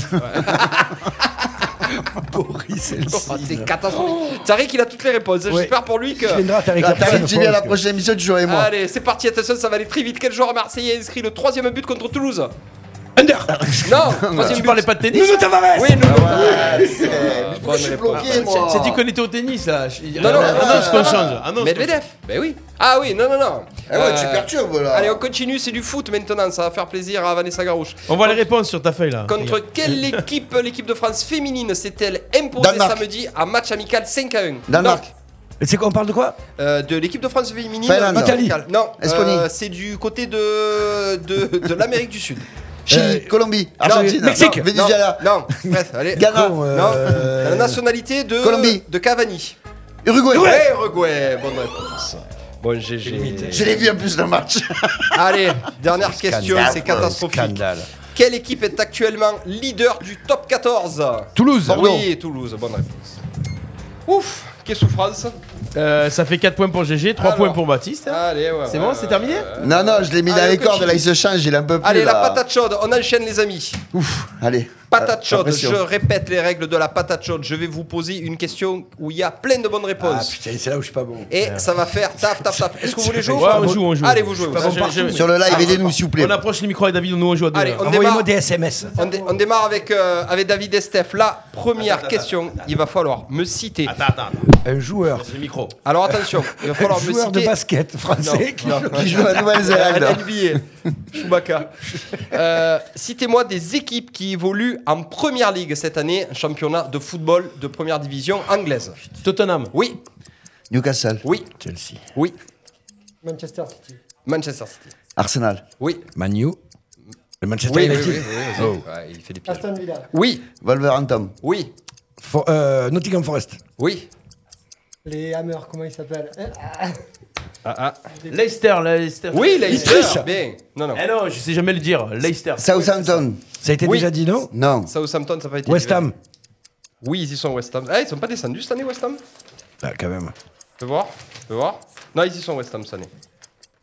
H: Boris
I: Oh, c'est catastrophique. Tariq, il a toutes les réponses. J'espère pour lui que.
H: Tu viendras, t'as avec
G: Là,
H: la
G: t'arrives,
H: prochaine
G: tu viens à la
H: fois,
G: prochaine émission, tu joues avec moi.
I: Allez, c'est parti, attention, ça va aller très vite. Quel joueur marseillais a inscrit le troisième but contre Toulouse Ah,
H: Under
I: Non, troisième
F: Tu
I: but.
F: parlais pas de tennis
H: Nounou Tavares Ah
I: Oui, non, non.
G: Pourquoi je suis bloqué, moi
F: C'est dit qu'on était au tennis
I: Non,
F: là.
G: Ah,
I: non,
F: annonce
I: euh,
F: qu'on change. Annonce qu'on
I: Medvedev Ben oui. Ah oui, non, non, non.
G: Ah ouais, tu
I: Euh,
G: perturbes là.
I: Allez, on continue, c'est du foot maintenant, ça va faire plaisir à Vanessa Garouche.
F: On voit les réponses sur ta feuille là.
I: Contre
F: Ah, Regarde.
I: quelle équipe l'équipe de France féminine s'est-elle imposée
G: Danemark.
I: samedi à match amical 5 à 1
G: Danemark.
H: Et C'est quoi, on parle de quoi
I: Non, euh, de l'équipe de France féminine
G: Finlande.
I: match
H: Italie.
I: amical. Non,
G: Estonie.
I: euh, c'est du côté de de, de l'Amérique du Sud.
G: Chili, Colombie,
I: Euh, Non,
G: Argentine,
I: non, non,
G: Venezuela,
I: Non, bref, allez.
G: Ghana,
H: Con, euh,
I: Non, la nationalité de
G: Colombie.
I: de Cavani.
G: Uruguay.
I: Ouais, Uruguay, bonne réponse. Bon GG.
G: Je l'ai vu en plus le match.
I: Euh, Allez, dernière question, c'est catastrophique. Quelle équipe est actuellement leader du top 14
H: Toulouse
I: Oui, Toulouse, bonne réponse. Ouf, quelle souffrance.
F: Euh, Ça fait 4 points pour GG, 3
I: Alors. Ah.
F: points pour Baptiste. hein.
I: Allez, ouais.
F: C'est
I: ouais,
F: bon,
I: ouais,
F: c'est terminé
I: ouais.
G: Non, non, je l'ai mis dans
I: Allez,
G: les
I: on
G: cordes,
I: continue.
G: là, il se change, il est un peu plus.
I: Allez, la
G: là.
I: patate chaude, on enchaîne les amis.
G: Ouf, allez.
I: Patate
G: Euh,
I: chaude,
G: impression.
I: je répète les règles de la patate chaude. Je vais vous poser une question où il y a plein de bonnes
H: Ah
I: réponses.
H: putain, c'est là où je suis pas bon.
I: et ça va faire taf, taf, taf. Est-ce que vous voulez jouer
F: Ouais,
I: ou pas
F: on joue, on joue.
I: Allez, vous jouez. vous
F: Je suis
I: jouez.
F: pas bon partout.
G: Sur le
I: Ah,
G: live, aidez-nous, s'il vous plaît.
F: On approche les micros et David, nous on joue à deux.
I: Allez,
F: là.
I: on
H: Envoyez-moi
I: démarre.
H: des SMS.
I: On, dé- on démarre avec, euh, avec David et Steph. La première question, il va falloir me citer.
F: Attends, attends, attends.
H: Un joueur.
F: C'est le micro.
I: Alors attention, il va
H: Un
I: falloir me
H: joueur de
I: citer.
H: basket français qui joue.
G: Qui joue à
I: Euh,
G: Nouvelle-Zélande.
I: NBA, Chewbacca. Euh, Citez-moi des équipes qui évoluent en première ligue cette année, un championnat de football de première division anglaise.
F: Tottenham.
I: Oui,
G: Newcastle,
I: oui,
H: Chelsea.
I: oui. Manchester City. Manchester City.
G: Arsenal,
I: Oui.
H: Manu. Le Manchester
I: Oui, oui,
H: United.
I: oui, oui, oui, oui.
H: Oh.
I: Ouais, il fait des pièges. Oui,
G: Wolverhampton,
I: oui,
H: For- euh, Nottingham Forest.
I: oui.
J: Les hammers, comment ils s'appellent
F: Leicester, Leicester.
I: Oui, Leicester.
H: triche.
I: Bien. Non, non.
F: Eh non, je sais jamais le dire. Leicester.
G: Southampton,
H: Ça a été
I: Oui.
H: déjà dit, non
G: non.
I: Southampton, ça n'a pas été.
H: West Ham.
I: Oui, ils y sont West Ham. Ah, ils sont pas descendus cette année, West Ham
H: Bah, quand même.
I: Tu peux voir Tu peux voir Non, ils y sont West Ham cette année.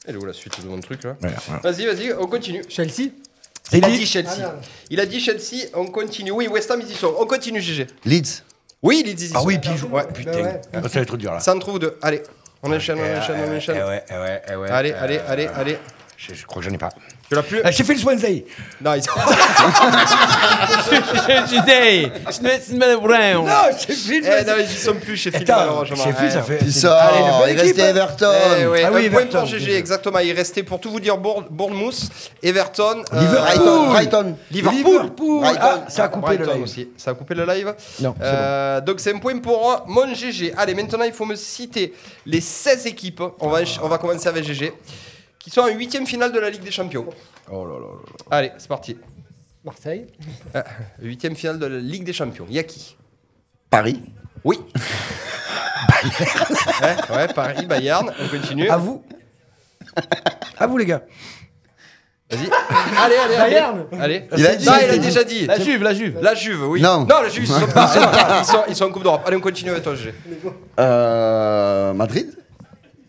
I: Elle est où la suite de mon truc là
H: Ouais, ouais.
I: Vas-y, vas-y, on continue.
J: Chelsea Ah,
I: Il a dit Chelsea. Il a dit Chelsea, on continue. Oui, West Ham, ils y sont. On continue, GG.
G: Leeds,
I: Oui, il est 10
H: Ah oui, puis
J: ouais,
H: ouais,
J: bah
H: putain.
J: ouais.
H: Ah, Ça va être dur là.
I: Ça en trouve deux. Allez, on enchaîne, on enchaîne, on
H: Eh
I: enchaîne.
H: ouais, eh ouais, eh ouais.
I: Allez,
H: Euh,
I: allez, allez, allez.
H: Je, je crois que j'en ai pas.
I: Tu l'as plus
H: Ah, J'ai fait le Swansea.
I: Non, il-
F: Today, it's not brown.
H: Non, j'ai fait le
I: Eh, non,
H: Swansea.
I: ils y sont plus chez Phil,
H: Putain,
I: malheureusement.
H: j'ai fait,
I: Eh,
H: ça fait.
G: Puis
H: c'est-
G: ça,
H: Allez, une bonne
G: il restait
H: équipe.
G: Everton.
I: Eh ouais,
H: Ah
I: un
H: oui,
I: point
H: Everton,
I: pour GG,
H: déjà.
I: exactement. Il restait pour tout vous dire Bourne- Bournemouth, Everton, euh,
G: Brighton. Brighton.
I: Liverpool.
H: Ah, ça a coupé le
I: Brighton
H: live.
I: aussi. Ça a coupé le live.
H: Non, c'est
I: Euh, Donc c'est un point pour euh, mon GG. Allez, maintenant il faut me citer les 16 équipes. On va, on va commencer avec GG. Qui sont en huitième finale de la Ligue des Champions.
H: Oh
I: Allez, c'est parti.
J: Marseille.
I: Huitième finale de la Ligue des Champions. Il y a qui
G: Paris.
I: Oui. Bayern. Hein ouais, ouais, Paris, Bayern. On continue.
H: À Ah, vous. À vous les gars.
I: Vas-y. Allez, allez, allez.
J: Bayern.
I: Allez.
G: Il a dit,
I: Non,
G: il
I: il
G: a
I: a
G: dit.
I: déjà dit.
F: La Juve, la Juve.
I: La Juve, oui.
G: Non.
I: la Juve, ils sont, pas- ils sont, pas- ils sont- ils sont en Coupe d'Europe. Allez, on continue avec toi, GG.
G: Euh, Madrid.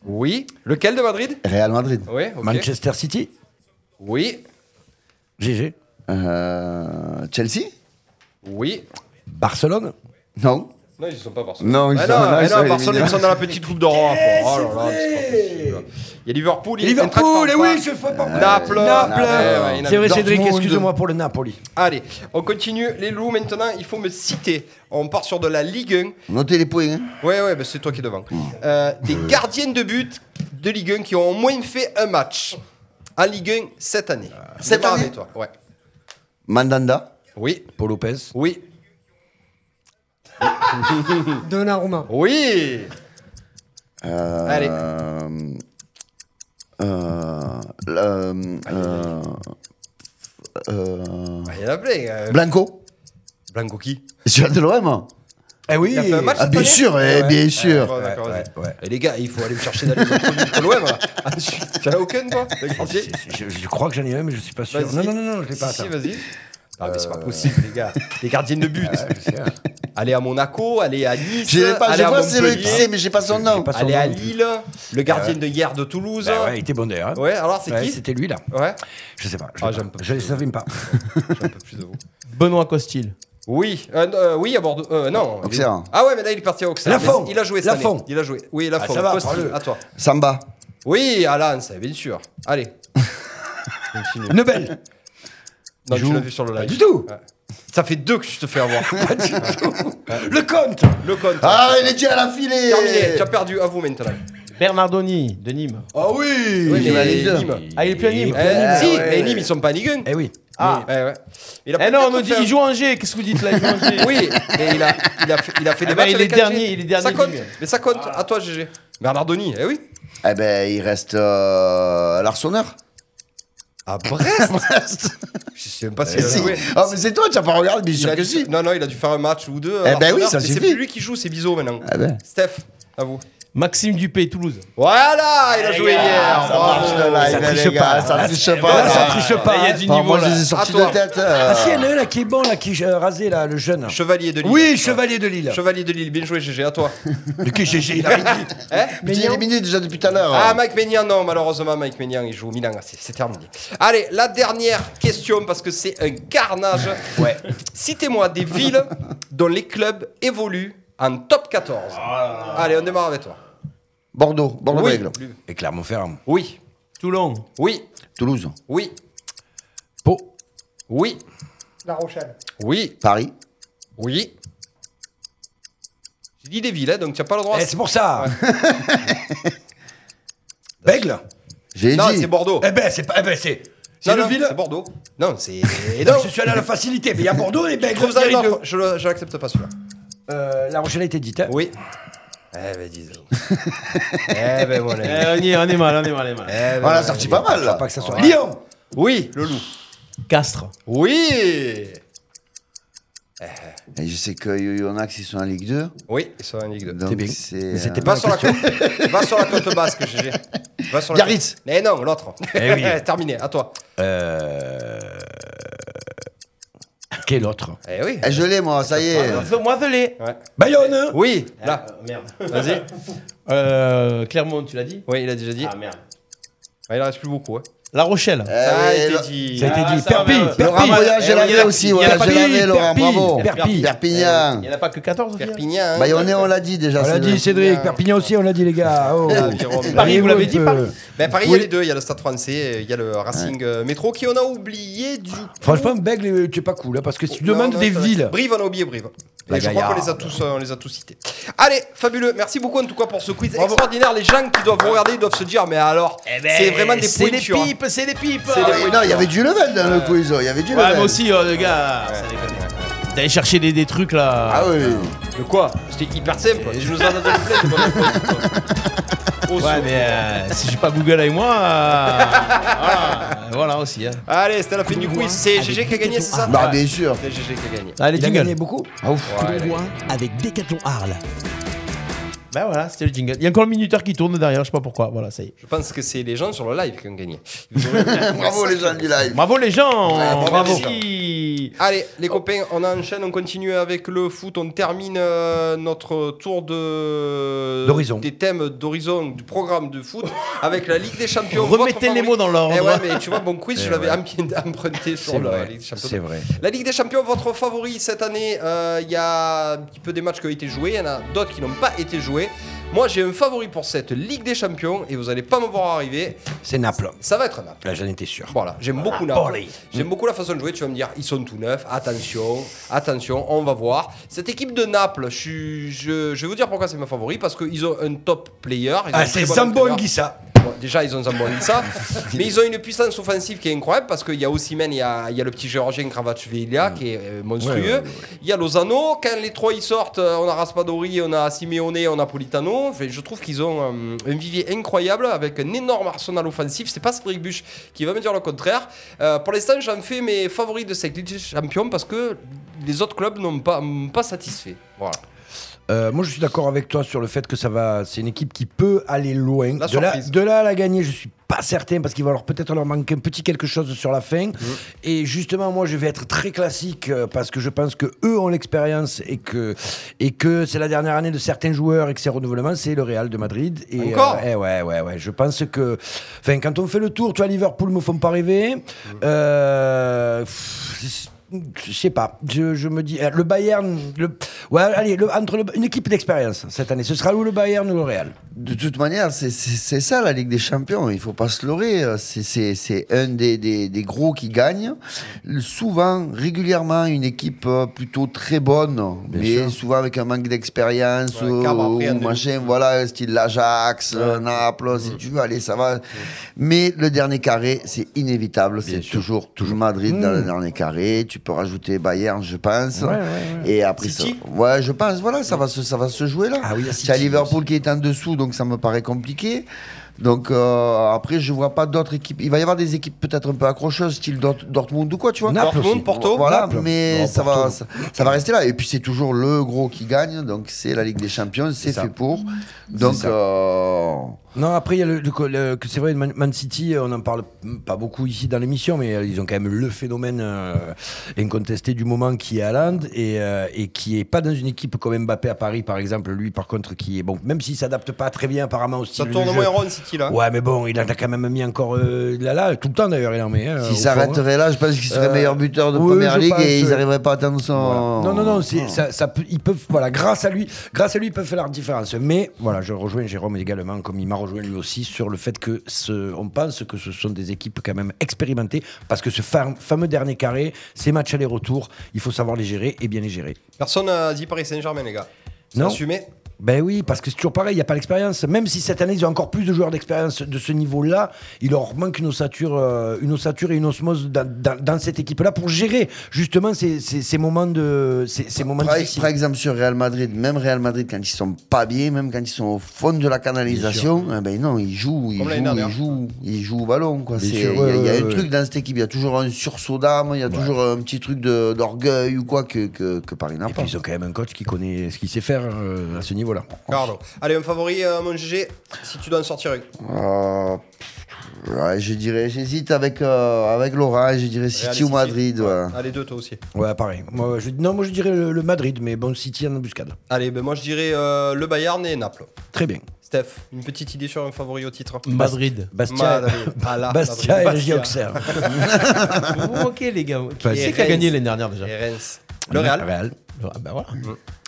I: Oui. Lequel de Madrid
G: Real Madrid.
I: Oui, ok.
H: Manchester City.
I: Oui.
H: GG.
G: Euh, Chelsea.
I: Oui.
H: Barcelone.
G: Non.
I: Non, ils ne sont pas Barcelone.
G: Non, ils
I: Ah
G: sont-
I: non,
G: non,
I: ah
G: ils sont
I: non, Barcelone,
G: éliminés.
I: ils sont dans la petite Coupe d'Europe. Oh là là, c'est pas possible. Il y a Liverpool, il y a Eintracht
H: Liverpool, eh
I: Francfort.
H: oui, je fais pas.
I: Naples.
H: Naples.
I: Eh ouais, il y en a
H: C'est vrai,
I: Dortmund.
H: Cédric, excuse-moi pour le Napoli.
I: Allez, on continue. Les loups, maintenant, il faut me citer. On part sur de la Ligue 1.
G: Notez les points. hein.
I: Ouais, ouais, bah, c'est toi qui es devant. Euh, des gardiennes de but de Ligue 1 qui ont au moins fait un match en Ligue 1 cette année.
G: Cette
I: Démarre
G: année
I: avec toi. Ouais.
G: Mandanda.
I: Oui,
H: Paul Lopez.
I: oui,
J: Donnarumma.
I: oui. Allez.
G: Euh, euh, euh, euh, euh,
I: Ah, Il y en a plein. euh,
G: Blanco.
I: Blanco qui
G: Celui de l'OM.
H: Eh oui.
I: Il a fait un match
G: Ah,
I: cette
G: bien
I: année
G: sûr, eh, bien
I: Ouais,
G: sûr.
I: d'accord,
H: Ouais,
I: vas-y.
H: ouais.
I: Et les gars, il faut aller me chercher d'aller de l'OM. là. Ensuite, T'en as aucune, toi Le
H: C'est-
I: gardien
H: c'est- Je, je crois que j'en ai un, mais je suis pas sûr.
I: Vas-y.
H: Non, non, non, non, je l'ai pas.
I: Si,
H: ça.
I: si, vas-y. Ah, mais c'est pas possible, les gars. Les gardiennes de but. Allez à Monaco, allez à Nice.
G: Je l'ai pas,
I: allez
G: je
I: à
G: vois, c'est le
I: Montpellier.
G: lycée, mais j'ai pas son nom.
H: pas son
I: Allez à
H: nom. Euh,
I: Lille, le gardien de guerre de Toulouse.
H: Bah ouais, il était bon d'ailleurs.
I: Ouais, alors c'est
H: Ouais,
I: qui
H: C'était lui là.
I: Ouais,
H: Je sais pas. Je,
I: Ah,
H: sais
I: j'aime
H: pas.
I: pas.
H: je savais pas.
I: j'ai un peu plus de vous.
F: Benoît Costil.
I: Oui, euh, euh, oui, à Bordeaux. euh, non.
G: Auxerre.
I: Ah ouais, mais là il est parti à Auxerre.
H: Lafont.
I: Mais Il a joué cette
H: Lafont.
I: année. Il a joué. Oui, Lafont.
H: Ah, ça va,
I: Costi,
H: parle-le.
I: à toi.
G: Samba.
I: Oui, à Lens, bien sûr. Allez.
H: Nebel.
I: Non, tu l'as vu sur le live.
H: du tout.
I: Ouais. Ça fait deux que je te fais avoir.
H: Le compte.
I: le compte.
G: Ah, il est déjà à la
I: Terminé, tu as
G: filée.
I: perdu à vous maintenant.
F: Bernardoni de Nîmes.
H: Ah oui.
I: Oui,
G: il va
I: mais
G: les deux.
I: Nîmes.
F: Ah, il est plus à Nîmes.
I: Eh,
H: Nîmes,
I: si,
H: ouais.
I: mais Nîmes, ils sont pas en Ligue 1.
H: Eh oui.
F: Ah.
I: Eh, ouais. Il a
F: Eh non, on
I: peut-être
F: me dit,
I: fait un-
F: il joue à Angers. Qu'est-ce que vous dites là Il joue à Angers.
I: Oui, mais il a, il a fait, il a fait
F: Ah
I: des
F: bah,
I: matchs
F: il
I: avec Alger.
F: est dernier, il est dernier
I: Ça compte,
F: du-
I: mais ça compte. À toi, GG. Bernardoni, Ah. eh oui.
G: Eh ben, il reste euh, l'arseneur.
I: À Brest Je sais même pas s'il a
G: Si.
I: joué.
G: Ah, mais c'est toi, tu n'as pas regardé, bien
I: Il
G: sûr
I: a
G: que
I: dû-
G: si.
I: Non, non, il a dû faire un match ou deux.
G: Eh ben
I: Arsenal,
G: oui, ça
I: mais C'est
G: suffit.
I: plus lui qui joue, c'est Bizot maintenant.
G: Eh ben.
I: Steph, à vous.
F: Maxime Dupé, Toulouse.
I: Voilà, il a joué hier.
G: Ça marche le live,
H: Ça
G: les
H: triche
G: gars,
H: pas.
G: ça triche
H: Là, ça
G: pas.
H: triche pas.
F: Il y a
H: hein.
F: du
G: Non,
F: niveau
G: moi, je
F: là.
G: les ai sortis
I: À toi.
G: de tête. euh.
H: Ah si, il y en a un là qui est bon là, qui euh, rasé là, le jeune. là.
I: Chevalier de Lille.
H: Oui, Chevalier de Lille.
I: Chevalier de Lille, bien joué, GG, à toi. Eh
H: De qui GG il a rien dit.
I: Hein
G: Mais tu es éliminé déjà depuis tout à l'heure. euh,
I: Ah, Mike Maignan, non, malheureusement, Mike Maignan, il joue au Milan, c'est c'est terminé. Allez, la dernière question, parce que c'est un carnage. Ouais. Citez-moi des villes dont les clubs évoluent en top 14.
H: Ah
I: Allez, on démarre avec toi.
G: Bordeaux, bordeaux
I: oui,
G: bègles
I: Lu-
H: Et Clermont-Ferrand.
I: oui,
F: Toulon.
I: oui,
G: Toulouse,
I: oui,
H: Pau.
I: oui,
J: La Rochelle.
I: oui,
G: Paris,
I: oui. J'ai dit des villes, hein, donc tu n'as pas le droit.
H: Eh, c'est pour ça. Bègle.
G: j'ai
I: non, c'est
G: dit.
I: Bordeaux.
H: Eh ben c'est pas. Eh ben c'est. C'est
I: Non,
H: le
I: non,
H: ville.
I: C'est Bordeaux. Non, c'est.
H: Non, je suis allé à la facilité, mais il y a Bordeaux et Bègle.
I: Trouve
H: il y a les deux.
I: Je le- je l'accepte pas celui-là.
H: Euh, La Rochelle a été dite. hein.
I: Oui. Eh ben dis donc. eh ben mon
F: Eh,
I: ami.
F: on, y est, on est mal, on est mal, on est mal.
H: Ah,
I: Eh ben,
G: On l'a sorti pas mal
H: Faut
G: là.
H: bah, Pas que ça soit. Lyon.
I: Oui, le loup.
F: Castres.
I: Oui.
G: Et je sais que Yoyonax ils sont en Ligue 2.
I: Oui, ils sont en Ligue 2.
G: Donc
H: C'est bien.
G: c'est.
H: Mais c'était
G: euh,
H: pas
I: Va sur, la côte, va sur la côte basque, GG. Va sur la
G: Biarritz.
I: côte- Eh non, l'autre.
H: Eh oui.
I: Terminé, à toi.
H: Euh... Quel autre Eh.
I: Eh oui.
G: Eh, je l'ai moi, ça y est.
F: Moi, je l'ai.
I: Ouais.
H: Bayonne
I: Oui, là.
F: Ah, merde.
I: Vas-y.
F: Euh, Clermont, tu l'as dit
I: Oui, il a déjà dit.
F: Ah, merde.
I: Ouais, il en reste plus beaucoup. hein.
F: La Rochelle.
H: Euh,
I: Ça a
G: Eh oui,
I: été
G: le-
I: dit.
F: Ça a été
I: Ah,
F: dit.
I: ça va,
F: Perpille,
I: ouais.
F: Perpille.
G: Laurent Boya, j'ai
I: Eh oui, il y
G: lavé
I: a-
G: aussi,
F: il y a
G: ouais,
F: Perpille,
G: j'ai lavé, Laurent,
F: Perpille,
G: bravo.
F: Perpille.
G: Perpignan.
F: Il n'y en a pas que 14 au final
I: Perpignan. hein.
G: Bah, on est, on l'a dit déjà.
H: On l'a
G: c'est
H: dit,
G: vrai.
H: Cédric. Perpignan aussi, on l'a dit, les gars. Oh. euh,
I: Ah, Jérôme.
F: Paris, vous l'avez dit, Paris
I: Ben, Paris, il
H: Oui.
I: y a les deux. Il y a le Stade français, il y a le Racing euh, Métro qui on a oublié du coup.
H: Franchement, Bègle, euh, tu es pas cool, hein, parce que si tu
I: Non,
H: demandes
I: non,
H: des
I: ça va.
H: villes.
I: Brive, on a oublié Brive.
H: La
I: Et je crois qu'on
H: Gaillarde.
I: les a tous, euh, on les a tous cités. Allez, fabuleux. Merci beaucoup en tout cas pour ce quiz extraordinaire. Les gens qui doivent vous regarder, ils doivent se dire, mais alors, c'est vraiment des
F: Eh ben, C'est
I: points
F: des
I: de cure, hein.
F: pipes, c'est des pipes.
I: C'est des
G: Ah oui, Non, il y avait du level dans le quiz, il y avait du
F: Ouais,
G: level.
F: moi aussi, euh, les gars. ça déconne. T'es allé chercher des, des trucs là.
G: Ah oui.
I: De quoi C'était hyper simple. Je nous en ai donné plein. de bonnes réponses. Au
F: Ouais,
I: saut.
F: mais euh, si j'ai pas Google avec moi. euh, voilà, voilà aussi. hein.
I: Allez, c'était la fin du quiz. C'est GG qui a gagné, c'est ça
G: Bah, bien sûr.
I: C'est GG qui a gagné.
F: Allez,
H: Il a
F: jingle.
H: gagné beaucoup.
F: Ouais, allez.
A: Loin avec Decathlon Arles.
F: Bah voilà, c'était le jingle. Il y a encore le minuteur qui tourne derrière, je sais pas pourquoi. Voilà, ça y est.
I: Je pense que c'est les gens sur le live qui ont gagné.
G: Bravo les gens du live.
F: Bravo les gens
I: bravo.
F: Merci.
I: Allez, les copains, on enchaîne, on continue avec le foot. On termine euh, notre tour de
H: D'horizon.
I: des thèmes d'horizon du programme de foot avec la Ligue des Champions. votre
F: Remettez les
I: favori.
F: mots dans l'ordre.
I: Eh ouais, mais tu vois, mon quiz, je l'avais emprunt- emprunté sur la Ligue des Champions.
H: C'est vrai.
I: La Ligue des Champions, votre favori cette année, euh, il y a un petit peu des matchs qui ont été joués, il y en a d'autres qui n'ont pas été joués. Moi, j'ai un favori pour cette Ligue des Champions et vous allez pas me voir arriver.
H: C'est Naples.
I: Ça va être Naples.
H: Là, j'en étais sûr.
I: Voilà, j'aime beaucoup Naples. J'aime beaucoup la façon de jouer. Tu vas me dire, ils sont tout neufs. Attention, attention, on va voir. Cette équipe de Naples, je, suis- je, je vais vous dire pourquoi c'est ma favori. Parce qu'ils ont un top player. ils ont un
H: Ah,
I: très
H: c'est
I: bon
H: Zambo
I: entraîneur.
H: Anguissa.
I: Bon, déjà, ils ont Zambo Anguissa. mais ils ont une puissance offensive qui est incroyable. Parce qu'il y a Osimhen, il y a, il y a le petit Géorgien Kravachvelia qui est euh, monstrueux. Il y a Lozano. Quand les trois ils sortent, euh, on a Raspadori, on a Simeone, on a Politano. Enfin, je trouve qu'ils ont euh, un vivier incroyable avec un énorme arsenal offensif. C'est pas Cédric Buche qui va me dire le contraire. Euh, pour l'instant, j'en fais mes favoris de cette Ligue des Champions parce que les autres clubs n'ont pas, m'ont pas satisfait. Voilà.
H: Euh, moi, je suis d'accord avec toi sur le fait que ça va. C'est une équipe qui peut aller loin.
I: La
H: de, là,
I: surprise.
H: de là à la gagner, je suis pas certain parce qu'il va leur peut-être leur manquer un petit quelque chose sur la fin. Et justement, moi, je vais être très classique euh, parce que je pense que eux ont l'expérience et que et que c'est la dernière année de certains joueurs et que c'est renouvellement, c'est le Real de Madrid. Et,
I: Encore
H: eh ouais, ouais, ouais. Je pense que, enfin, quand on fait le tour, tu vois, Liverpool me font pas rêver. Euh, pff, je sais pas. Je, je me dis, euh, le Bayern, le, ouais, allez, le- entre le- une équipe d'expérience cette année. Ce sera où le Bayern ou le Real
G: De toute manière, c'est- c'est c'est ça la Ligue des Champions. Il faut pas se leurrer. Euh, c'est- C'est c'est un des, des- des gros qui gagne. Le- Souvent, régulièrement, une équipe euh, plutôt très bonne, mais souvent avec un manque d'expérience
I: Ouais,
G: euh,
I: Cabre après, en
G: ou
I: demi.
G: machin. Voilà, style l'Ajax, euh, Naples, si tu veux, allez, ça va. Mais le dernier carré, c'est inévitable. C'est toujours, toujours Madrid dans le dernier carré. Tu peux rajouter Bayern, je pense. Et après ça,
I: City
G: ouais, je pense. Voilà, ça va se, ça va se jouer là.
H: Ah oui, il y a
G: C'est à
H: City
G: Liverpool qui est en dessous, donc ça me paraît compliqué. Donc euh, après, je vois pas d'autres équipes. Il va y avoir des équipes peut-être un peu accrocheuses, style Dort- Dortmund ou quoi, tu vois.
H: Naples
I: Dortmund,
H: aussi.
I: Porto,
G: Voilà,
H: Naples.
G: mais
H: Non,
G: ça,
H: Porto,
G: va,
H: non.
G: ça, ça va rester là. Et puis c'est toujours le gros qui gagne, donc c'est la Ligue des Champions, c'est
H: ça.
G: fait pour. Donc euh,
H: Non, après, il y a le, le- le- que c'est vrai, Man, Man City, euh, on en parle mm, pas beaucoup ici dans l'émission, mais euh, ils ont quand même le phénomène euh, incontesté du moment qui est Haaland et, euh, et qui est pas dans une équipe comme Mbappé à Paris, par exemple. Lui, par contre, qui est bon, même s'il s'adapte pas très bien apparemment au
I: Ça
H: style du
I: tourne au
H: jeu.
I: moins rond, hein. City là.
H: Ouais, mais bon, il en a quand même mis encore euh, là, là, tout le temps d'ailleurs, il en met. hein, au
G: s'ils
H: fond, hein.
G: s'arrêteraient là, je pense qu'ils seraient
H: Euh,
G: meilleurs buteurs de
H: oui,
G: première
H: je
G: ligue
H: pense,
G: et ils
H: oui.
G: n'arriveraient pas à atteindre son.
H: Voilà. Ah. Non, non, non, c'est- ça, ça peut- ils peuvent, voilà, grâce à lui, grâce à lui, ils peuvent faire la différence. Mais voilà, je rejoins Jérôme également, comme il m'a rejoint lui aussi, sur le fait que ce, on pense que ce sont des équipes quand même expérimentées, parce que ce fam- fameux dernier carré, ces matchs aller-retour, il faut savoir les gérer et bien les gérer.
I: Personne n'a dit Paris Saint-Germain, les gars. C'est
H: Non.
I: assumé.
H: Ben oui, parce que c'est toujours pareil, il n'y a pas l'expérience. Même si cette année, ils ont encore plus de joueurs d'expérience de ce niveau-là, il leur manque une ossature, euh, une ossature et une osmose dans, dans- dans cette équipe-là pour gérer justement ces, ces- ces moments de. Ces, ces moments
G: Par,
H: difficiles.
G: par exemple, sur Real Madrid, même Real Madrid, quand ils sont pas bien, même quand ils sont au fond de la canalisation, eh ben non, ils jouent, ils
I: Comme l'année
G: jouent,
I: dernière.
G: ils jouent, ils jouent au ballon. quoi. C'est- Il y a,
H: sûr, ouais,
G: il y a
H: ouais,
G: un
H: ouais.
G: truc dans cette équipe, il y a toujours un sursaut d'âme, il y a toujours un petit truc de- d'orgueil ou quoi que, que, que Paris n'a
H: Et
G: pas.
H: puis ils ont quand même un coach qui connaît ce qu'il sait faire euh, à ce niveau-là.
I: Carlo. Allez, un favori, euh, mon GG, si tu dois en sortir un.
G: Euh, Ouais, je dirais, j'hésite avec, euh, avec Laura, je dirais
I: Allez,
G: City ou Madrid. ouais.
I: Allez, deux, toi aussi.
H: Ouais, pareil. Moi, je, non, moi je dirais le, le Madrid, mais bon, City en embuscade.
I: Allez, ben moi je dirais euh, le Bayern et Naples.
H: Très bien.
I: Steph, une petite idée sur un favori au titre
F: Madrid.
H: Bastia,
I: Madrid. Ah là,
H: Bastia et
I: Madrid.
H: Legia Auxerre.
F: Vous vous moquez, les gars. Qui
H: Pas-
F: c'est qui a gagné l'année dernière déjà
I: Et Reims. Le Real.
H: Real.
F: Ah, bah voilà.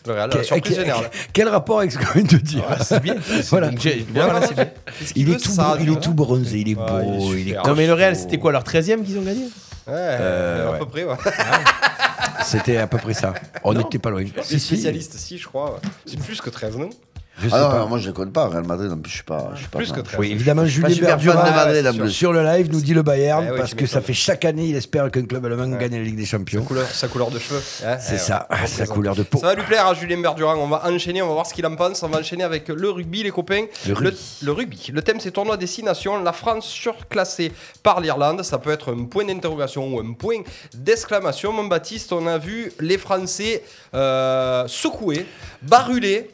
I: Le Real, la
H: Quel-
I: surprise
H: quel-
I: générale.
H: Quel rapport avec ce qu'on vient de dire
F: C'est bien.
H: Voilà.
F: Donc, j'ai-
I: Bien,
F: voilà,
I: voilà,
F: c'est
I: c'est
F: bien.
I: fait. Qu'est-ce qu'il
H: Il
I: veut,
H: est tout
I: ça,
H: beau, il
I: lui
H: est tout bronzé, il est
I: Ouais,
H: beau,
I: il est
H: il est
I: super.
F: Non, mais le Real, c'était quoi leur 13 e qu'ils ont gagné
I: Ouais, à peu près, ouais.
H: C'était à peu près ça. On n'était pas loin.
I: Les spécialistes, si, je crois. ouais. C'est plus que 13, non
H: Je sais
G: Ah non,
H: pas.
G: non, moi je ne connais pas, Real Madrid, en plus je suis pas. Je suis pas
I: Plus que
G: fan.
I: 13.
H: Oui, évidemment,
G: pas
H: Julien
G: super fan de
H: Bergerac,
G: Madrid, en
H: sur-
G: plus.
H: sur le live, nous dit le Bayern,
I: Eh oui,
H: parce
I: tu
H: que ça
I: m'étonnes.
H: fait chaque année, il espère qu'un club allemand gagne la Ligue des Champions.
I: Couleur- sa couleur de cheveux. Ouais,
H: C'est
I: ouais,
H: ça,
I: ouais.
H: sa couleur de peau.
I: Ça va lui plaire à Julien Berdurin. On va enchaîner, on va voir ce qu'il en pense. On va enchaîner avec le rugby, les copains.
H: Le rugby.
I: le rugby. Le thème, c'est tournoi destination. La France surclassée par l'Irlande. Ça peut être un point d'interrogation ou un point d'exclamation. Mon Baptiste, on a vu les Français euh, secoués, barulés.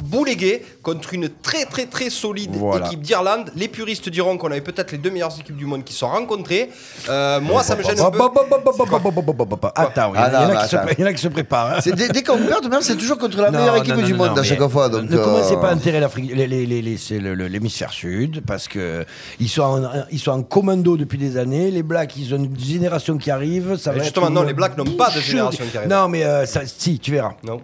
I: Boulégués contre une très très très solide
H: Voilà.
I: équipe d'Irlande. Les puristes diront qu'on avait peut-être les deux meilleures équipes du monde qui se sont rencontrées. Euh, moi, ça me gêne un peu.
H: Attends, il y en
G: Ah,
H: a- il y en
G: non,
H: a qui se
G: attends.
H: pré- il y en a qui se préparent. hein.
G: C'est dès, dès qu'on perd, même c'est toujours contre la
H: Non,
G: meilleure
H: non,
G: équipe
H: non,
G: du
H: non,
G: monde
H: non,
G: à chaque
H: mais
G: fois. Donc,
H: ne
G: euh,
H: commencez pas à enterrer l'Afrique, les- les- les- les- c'est le- le- l'hémisphère sud, parce que ils sont, en, ils sont en commando depuis des années. Les Blacks, ils ont une génération qui arrive. Ça
I: Mais
H: va
I: justement,
H: être
I: non,
H: une
I: les Blacks n'ont pas de
H: boucherie.
I: génération qui arrive.
H: Non, mais euh, ça- si, tu verras.
I: Non.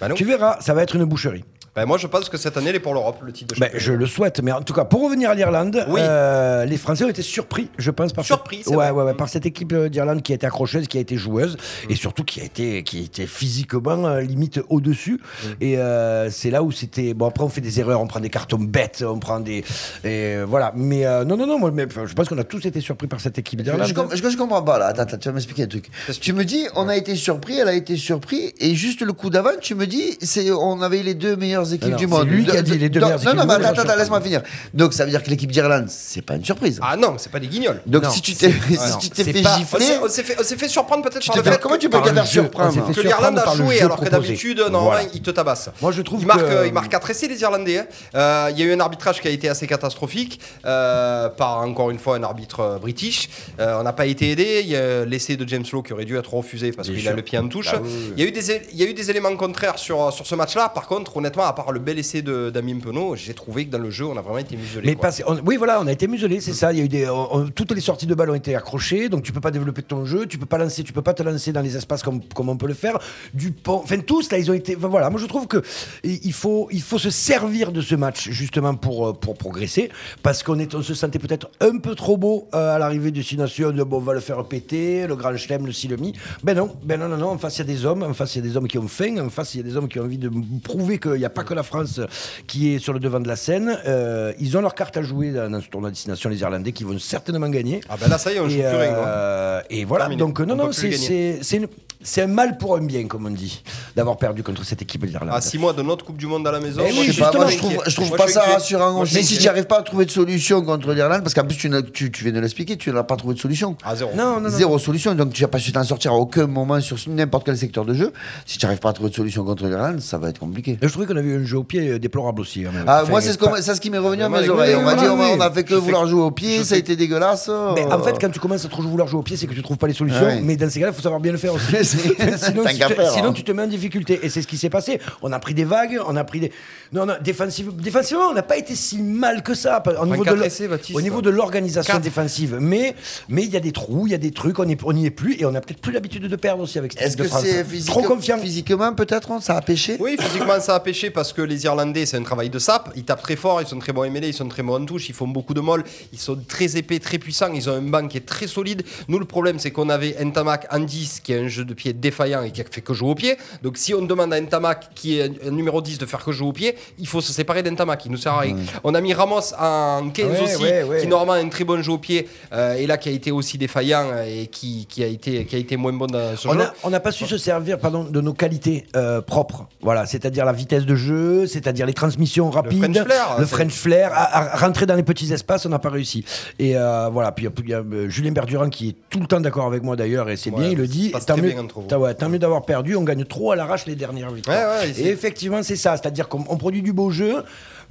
I: Bah non.
H: Tu verras, ça va être une boucherie.
I: Bah, moi, je pense que cette année, elle est pour l'Europe, le titre de
H: Ben,
I: champion.
H: je le souhaite, mais en tout cas, pour revenir à l'Irlande,
I: Oui.
H: euh, les Français ont été surpris, je pense, par,
I: Surpris,
H: cette-
I: c'est
H: ouais,
I: vrai. Mm.
H: ouais, ouais, par cette équipe euh, d'Irlande qui a été accrocheuse, qui a été joueuse, et surtout qui a été, qui était physiquement euh, limite au-dessus.
I: Mm.
H: Et euh, c'est là où c'était. Bon, après, on fait des erreurs, on prend des cartons bêtes, on prend des. Et euh, voilà. Mais euh, non, non, non, moi, mais, enfin, je pense qu'on a tous été surpris par cette équipe
G: Je, je,
H: d'Irlande.
G: com- je- je comprends pas là. Attends, attends, tu vas m'expliquer un truc. Tu me dis, on a été surpris, elle a été surpris, et juste le coup d'avant, tu me dis, c'est, on avait les deux meilleures équipes
H: Non,
G: du
H: c'est
G: monde.
H: lui
G: De-
H: qui a dit
G: de-
H: les deux
G: non,
H: meilleures
G: Non,
H: équipes
G: non,
H: du
G: mais
H: monde,
G: attends,
H: elle a
G: attends,
H: surpris.
G: laisse-moi finir. Donc ça veut dire que l'équipe d'Irlande, c'est pas une surprise.
I: Ah non, c'est pas des guignols.
G: Donc
H: non,
G: si tu t'es,
H: non,
G: si tu t'es
H: c'est
G: fait
H: pas-
I: On
G: gifler,
I: s'est- on s'est fait, on s'est fait surprendre peut-être par
G: te
I: le
G: fais-
I: fait
G: comment
I: que-
G: tu peux
I: par le
G: te faire
I: jeu-
G: surprendre
H: on s'est fait
I: que l'Irlande
H: surprendre
I: a
H: par le
I: joué
H: jeu
I: alors que
H: proposé.
I: d'habitude, normalement,
H: Voilà.
I: ils te tabassent.
H: Moi, je trouve
I: ils marquent,
H: que-
I: euh, Ils marquent 4 essais, les Irlandais. hein. Euh, Il y a eu un arbitrage qui a été assez catastrophique euh, par, encore une fois, un arbitre euh, british. Euh, on n'a pas été aidé. Il y a l'essai de James Lowe qui aurait dû être refusé parce
H: Bien
I: qu'il a
H: sûr. Bah
I: le pied en touche. Il y a eu des é- il y a eu des éléments contraires sur sur ce match-là. Par contre, honnêtement, à part le bel essai de Damien Penaud, j'ai trouvé que dans le jeu, on a vraiment été muselés.
H: Mais
I: quoi.
H: parce- on- oui, voilà, on a été muselé, c'est ça. Il y a eu des, on- on- toutes les sorties de balles ont été accrochées, donc tu peux pas développer ton jeu, tu peux pas lancer, tu peux pas te lancer dans les espaces comme, comme on peut le faire. Du pont, enfin tous là, ils ont été. enfin, voilà, moi je trouve que i- il faut, il faut se servir de ce match justement pour euh, pour progresser, parce qu'on est, on se sentait peut-être un peu trop beau euh, à l'arrivée du Six Nations, de, bon, on va le faire péter, le grand chelem, le silemi. Ben non, ben non, non, non. En face, il y a des hommes, en face, il y a des hommes qui ont faim, en face, il y a des hommes qui ont envie de prouver qu'il n'y a pas que la France qui est sur le devant de la scène. Euh, ils ont leur carte à jouer dans, dans ce tournoi de destination, les Irlandais, qui vont certainement gagner.
I: Ah ben là, ça y est, on joue
H: Et,
I: plus rien. quoi.
H: euh, et voilà,
I: Terminé.
H: donc euh, non,
I: On peut
H: non,
I: plus
H: c'est-
I: gagner.
H: c'est c'est une- c'est un mal pour un bien, comme on dit, d'avoir perdu contre cette équipe d'Irlande.
I: À 6 mois de notre Coupe du Monde à la maison.
H: Eh
I: moi,
H: oui,
G: je
I: je suis
G: sais pas, moi, je
I: inquiet.
G: trouve, je trouve
I: Moi,
G: pas
I: suis
G: ça
I: inquiet.
G: rassurant.
I: Moi, je suis
G: Mais si
I: inquiet.
G: tu n'arrives pas à trouver de solution contre l'Irlande, parce qu'en plus tu, n'as- tu, tu viens de l'expliquer, tu n'as pas trouvé de solution.
I: Ah, zéro.
H: non, non, non.
G: Zéro solution, donc tu n'as pas su t'en sortir à aucun moment sur n'importe quel secteur de jeu. Si tu n'arrives pas à trouver de solution contre l'Irlande, ça va être compliqué.
H: Je trouvais qu'on avait eu un jeu au pied euh, déplorable aussi. hein, mais-
G: Ah,
H: enfin,
G: moi, c'est ce,
H: pas-
G: qu'on- c'est ce qui m'est revenu à
I: Vraiment,
G: mes
I: les
G: oreilles.
H: gars,
G: On m'a dit,
H: oui,
G: on m'a- on a fait que
I: je
G: vouloir
I: sais-
G: jouer au pied,
I: je
G: ça a
I: sais-
G: été dégueulasse.
H: Mais en fait,
G: euh,
H: quand tu commences à trop vouloir jouer au pied, c'est que tu trouves pas les solutions.
G: Ouais.
H: Mais dans ces cas-là, il faut savoir bien le faire aussi. sinon,
G: T'as
H: tu
G: qu'à
H: te,
G: faire,
H: sinon,
G: hein.
H: tu te mets en difficulté. Et c'est ce qui s'est passé. On a pris des vagues, on a pris des. Non, non, défensive- défensivement, on n'a pas été si mal que ça. Au niveau, de,
I: quatre
H: l'o-
I: essais, Baptiste.
H: au niveau de l'organisation
I: Quatre.
H: défensive. Mais mais il y a des trous, il y a des trucs, on n'y on y est plus. Et on a peut-être plus l'habitude de perdre aussi avec cette
G: Est-ce
H: équipe
G: que
H: de France.
G: c'est physique-
H: Trop confiant.
G: physiquement, peut-être, on- ça a pêché
I: Oui, physiquement, ça a pêché parce que les Irlandais, c'est un travail de sape. Ils tapent très fort, ils sont très bons émêlés, ils sont très bons en touche, ils font beaucoup de molles, ils sont très épais, très puissants, ils ont un banc qui est très solide. Nous, le problème, c'est qu'on avait Ntamak en 10, qui est un jeu de pied défaillant et qui a fait que jouer au pied. Donc, si on demande à Ntamak, qui est un- un numéro 10, de faire que jouer au pied, il faut se séparer d'Ntamak, il nous sert à rien. On a mis Ramos en 15
H: Ouais,
I: aussi,
H: ouais, ouais.
I: qui normalement a un très bon jeu au pied, euh, et là, qui a été aussi défaillant euh, et qui, qui a, été, qui a été moins bon dans ce
H: On
I: jeu.
H: a- on n'a pas su se servir pardon, de nos qualités euh, propres. Voilà, c'est-à-dire la vitesse de jeu, c'est-à-dire les transmissions rapides,
I: French flair,
H: le
I: c'est-
H: French flair, à, à rentrer dans les petits espaces, on n'a pas réussi. Et euh, voilà, puis il y a, euh, Julien Berdurin qui est tout le temps d'accord avec moi d'ailleurs, et c'est
I: Ouais,
H: bien, il le
I: ça
H: dit.
I: se passe
H: Tant
I: très
H: mieux,
I: bien entre vous.
H: t'as- ouais, tant mieux d'avoir perdu, on gagne trop à l'arrache les dernières victoires.
I: Ouais, ouais, et c'est-
H: et effectivement, c'est ça, c'est-à-dire qu'on on produit du beau jeu.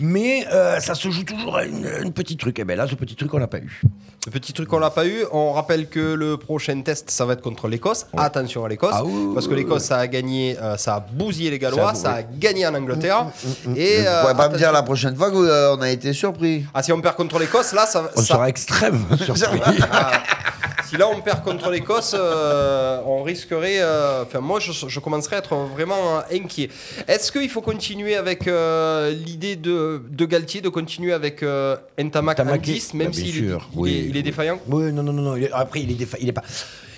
H: mais euh, ça se joue toujours à une, une petit truc. Et bien là, ce petit truc, on l'a pas eu.
I: Ce petit truc, on l'a pas eu. On rappelle que le prochain test, ça va être contre l'Écosse. Attention à l'Écosse.
H: Ah, ouh,
I: parce que l'Écosse, ça a gagné, euh, ça a bousillé les Gallois, ça
H: Ça a
I: a gagné en Angleterre. Et.
G: Vous
I: euh,
G: pourrez pas me dire
I: attention-
G: la prochaine fois qu'on euh, a été surpris.
I: Ah, si on perd contre l'Écosse, là, ça.
H: On
I: ça-
H: sera extrême surpris.
I: Ah, si là, on perd contre l'Écosse, euh, on risquerait. euh, Enfin, moi, je, je commencerai à être vraiment euh, inquiet. Est-ce qu'il faut continuer avec euh, l'idée de, de Galtier, de continuer avec euh, Ntamak en
H: Ntamak,
I: 10, même
H: bah, bien
I: s'il est-
H: sûr,
I: il
H: oui,
I: est- il est
H: oui.
I: défaillant
H: Oui, non, non, non, non. il est- Après, il est défa- Il est pas.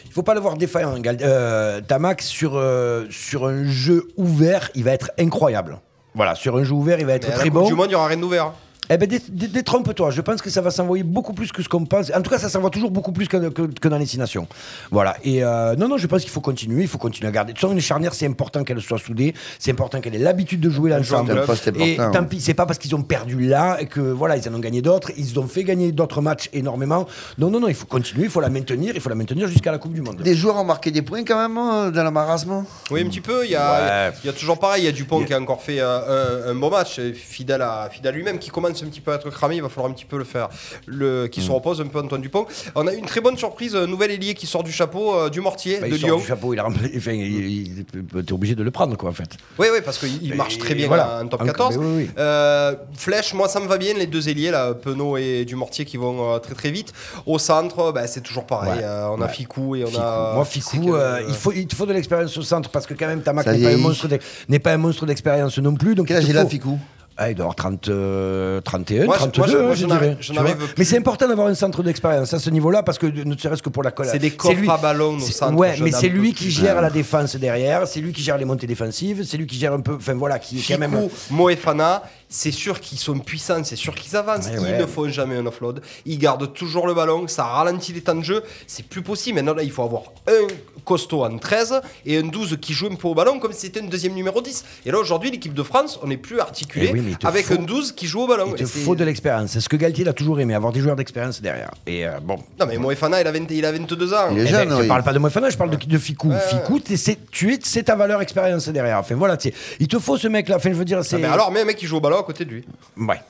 H: Il faut pas le voir défaillant. Gal- euh, Tamac sur euh, sur un jeu ouvert, il va être incroyable. Voilà, sur un jeu ouvert, il va être
I: Mais à la
H: très
I: Coupe
H: bon.
I: Du monde, il n'y aura rien hein. d'ouvert.
H: Eh ben, dé- dé- détrompe-toi. Je pense que ça va s'envoyer beaucoup plus que ce qu'on pense. En tout cas, ça s'envoie toujours beaucoup plus que, que- que dans les six nations. Voilà. Et euh, non, non, je pense qu'il faut continuer. Il faut continuer à garder. De toute façon, une charnière, c'est important qu'elle soit soudée. C'est important qu'elle ait l'habitude de jouer
G: joue
H: l'ensemble.
G: en club, c'est
H: Et
G: important.
H: tant pis, c'est pas parce qu'ils ont perdu là et que voilà, ils en ont gagné d'autres. Ils ont fait gagner d'autres matchs énormément. Non, non, non, il faut continuer. Il faut la maintenir. Il faut la maintenir jusqu'à la Coupe du Monde.
G: Des joueurs ont marqué des points quand même euh, dans le marasme.
I: Oui, un petit peu. Il y a,
H: Ouais.
I: il y a toujours pareil. Il y a Dupont qui a encore fait euh, un, un bon match. Et Fidèle à fidèle lui-même qui commence un petit peu à être cramé. Il va falloir un petit peu le faire. Le, qui se
H: Mm.
I: repose un peu Antoine Dupont. On a une très bonne surprise. Un nouvel ailier qui sort du chapeau euh, du Mortier
H: Bah,
I: de
H: il sort
I: Lyon.
H: du chapeau, il a rempli- enfin, il- il- t'es obligé de le prendre, quoi, en fait.
I: Oui, oui, parce qu'il il
H: Et
I: marche très bien
H: voilà.
I: en top
H: Encore-
I: 14.
H: mais oui, oui.
I: Euh, Flèche, moi ça me va bien, les deux ailiers, là, Penaud et Dumortier qui vont euh, très très vite. Au centre, bah, c'est toujours pareil.
H: Ouais.
I: Euh, on a
H: Ouais.
I: Ficou et on
H: Ficou.
I: a.
H: Moi,
I: c'est
H: Ficou,
I: que-
H: euh, il, faut, il te faut de l'expérience au centre parce que, quand même, Tamac
G: Ça
H: n'est pas, un
G: vieillit.
H: monstre d'ex- n'est pas un monstre d'expérience non plus. Donc
G: Quel
H: il
G: âge
H: te
G: il a,
H: faut-
G: Ficou
H: ah, Il doit avoir 30, euh, 31,
I: Moi, je- moi,
H: 32,
I: je- moi,
H: hein,
I: je
H: je
I: n'arrive-
H: dirais.
I: je
H: tu
I: n'arrive
H: vois.
I: plus.
H: Mais c'est important d'avoir un centre d'expérience à ce niveau-là parce que, ne serait-ce que pour la colle.
I: C'est des coffres
H: lui-
I: à ballon au
H: c'est-
I: centre,
H: Ouais,
I: je
H: mais
I: n'en
H: c'est
I: peux
H: lui
I: plus.
H: qui gère la défense derrière, c'est lui qui gère les montées défensives, c'est lui qui gère un peu. Enfin, voilà, qui est quand même.
I: Ficou, Mo et Fana, c'est sûr qu'ils sont puissants, c'est sûr qu'ils avancent.
H: Ouais,
I: ils
H: ouais.
I: ne font jamais un offload. Ils gardent toujours le ballon, ça ralentit les temps de jeu. C'est plus possible. Maintenant, là, il faut avoir un costaud en 13 et un 12 qui joue un peu au ballon comme si c'était un deuxième numéro 10. Et là, aujourd'hui, l'équipe de France, on n'est plus articulé
H: Eh oui, mais il te
I: avec
H: faut-
I: un 12 qui joue au ballon.
H: Il
I: Et
H: te
I: c'est-
H: faut de l'expérience. C'est ce que Galtier a toujours aimé, avoir des joueurs d'expérience derrière. Et euh, bon,
I: Non, mais Mo et Fana, il a, 20 il a 22 ans.
G: Il est
H: Eh
G: jeune,
H: ben, Je
G: oui.
H: parle pas de Moefana, je parle de, de Ficou. Ficou, t'es- c'est- tu es, c'est ta valeur expérience derrière. Enfin, voilà, tu sais, il te faut ce mec-là. Enfin, je veux dire,
I: Ah,
H: c'est.
I: mais alors, mais un mec qui joue au ballon à côté de lui.
H: Ouais. Mais,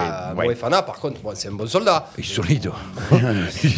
I: Ah,
H: Eh, ouais.
I: Mo et Fana, par contre, bon, c'est un bon soldat.
H: Il est solide. il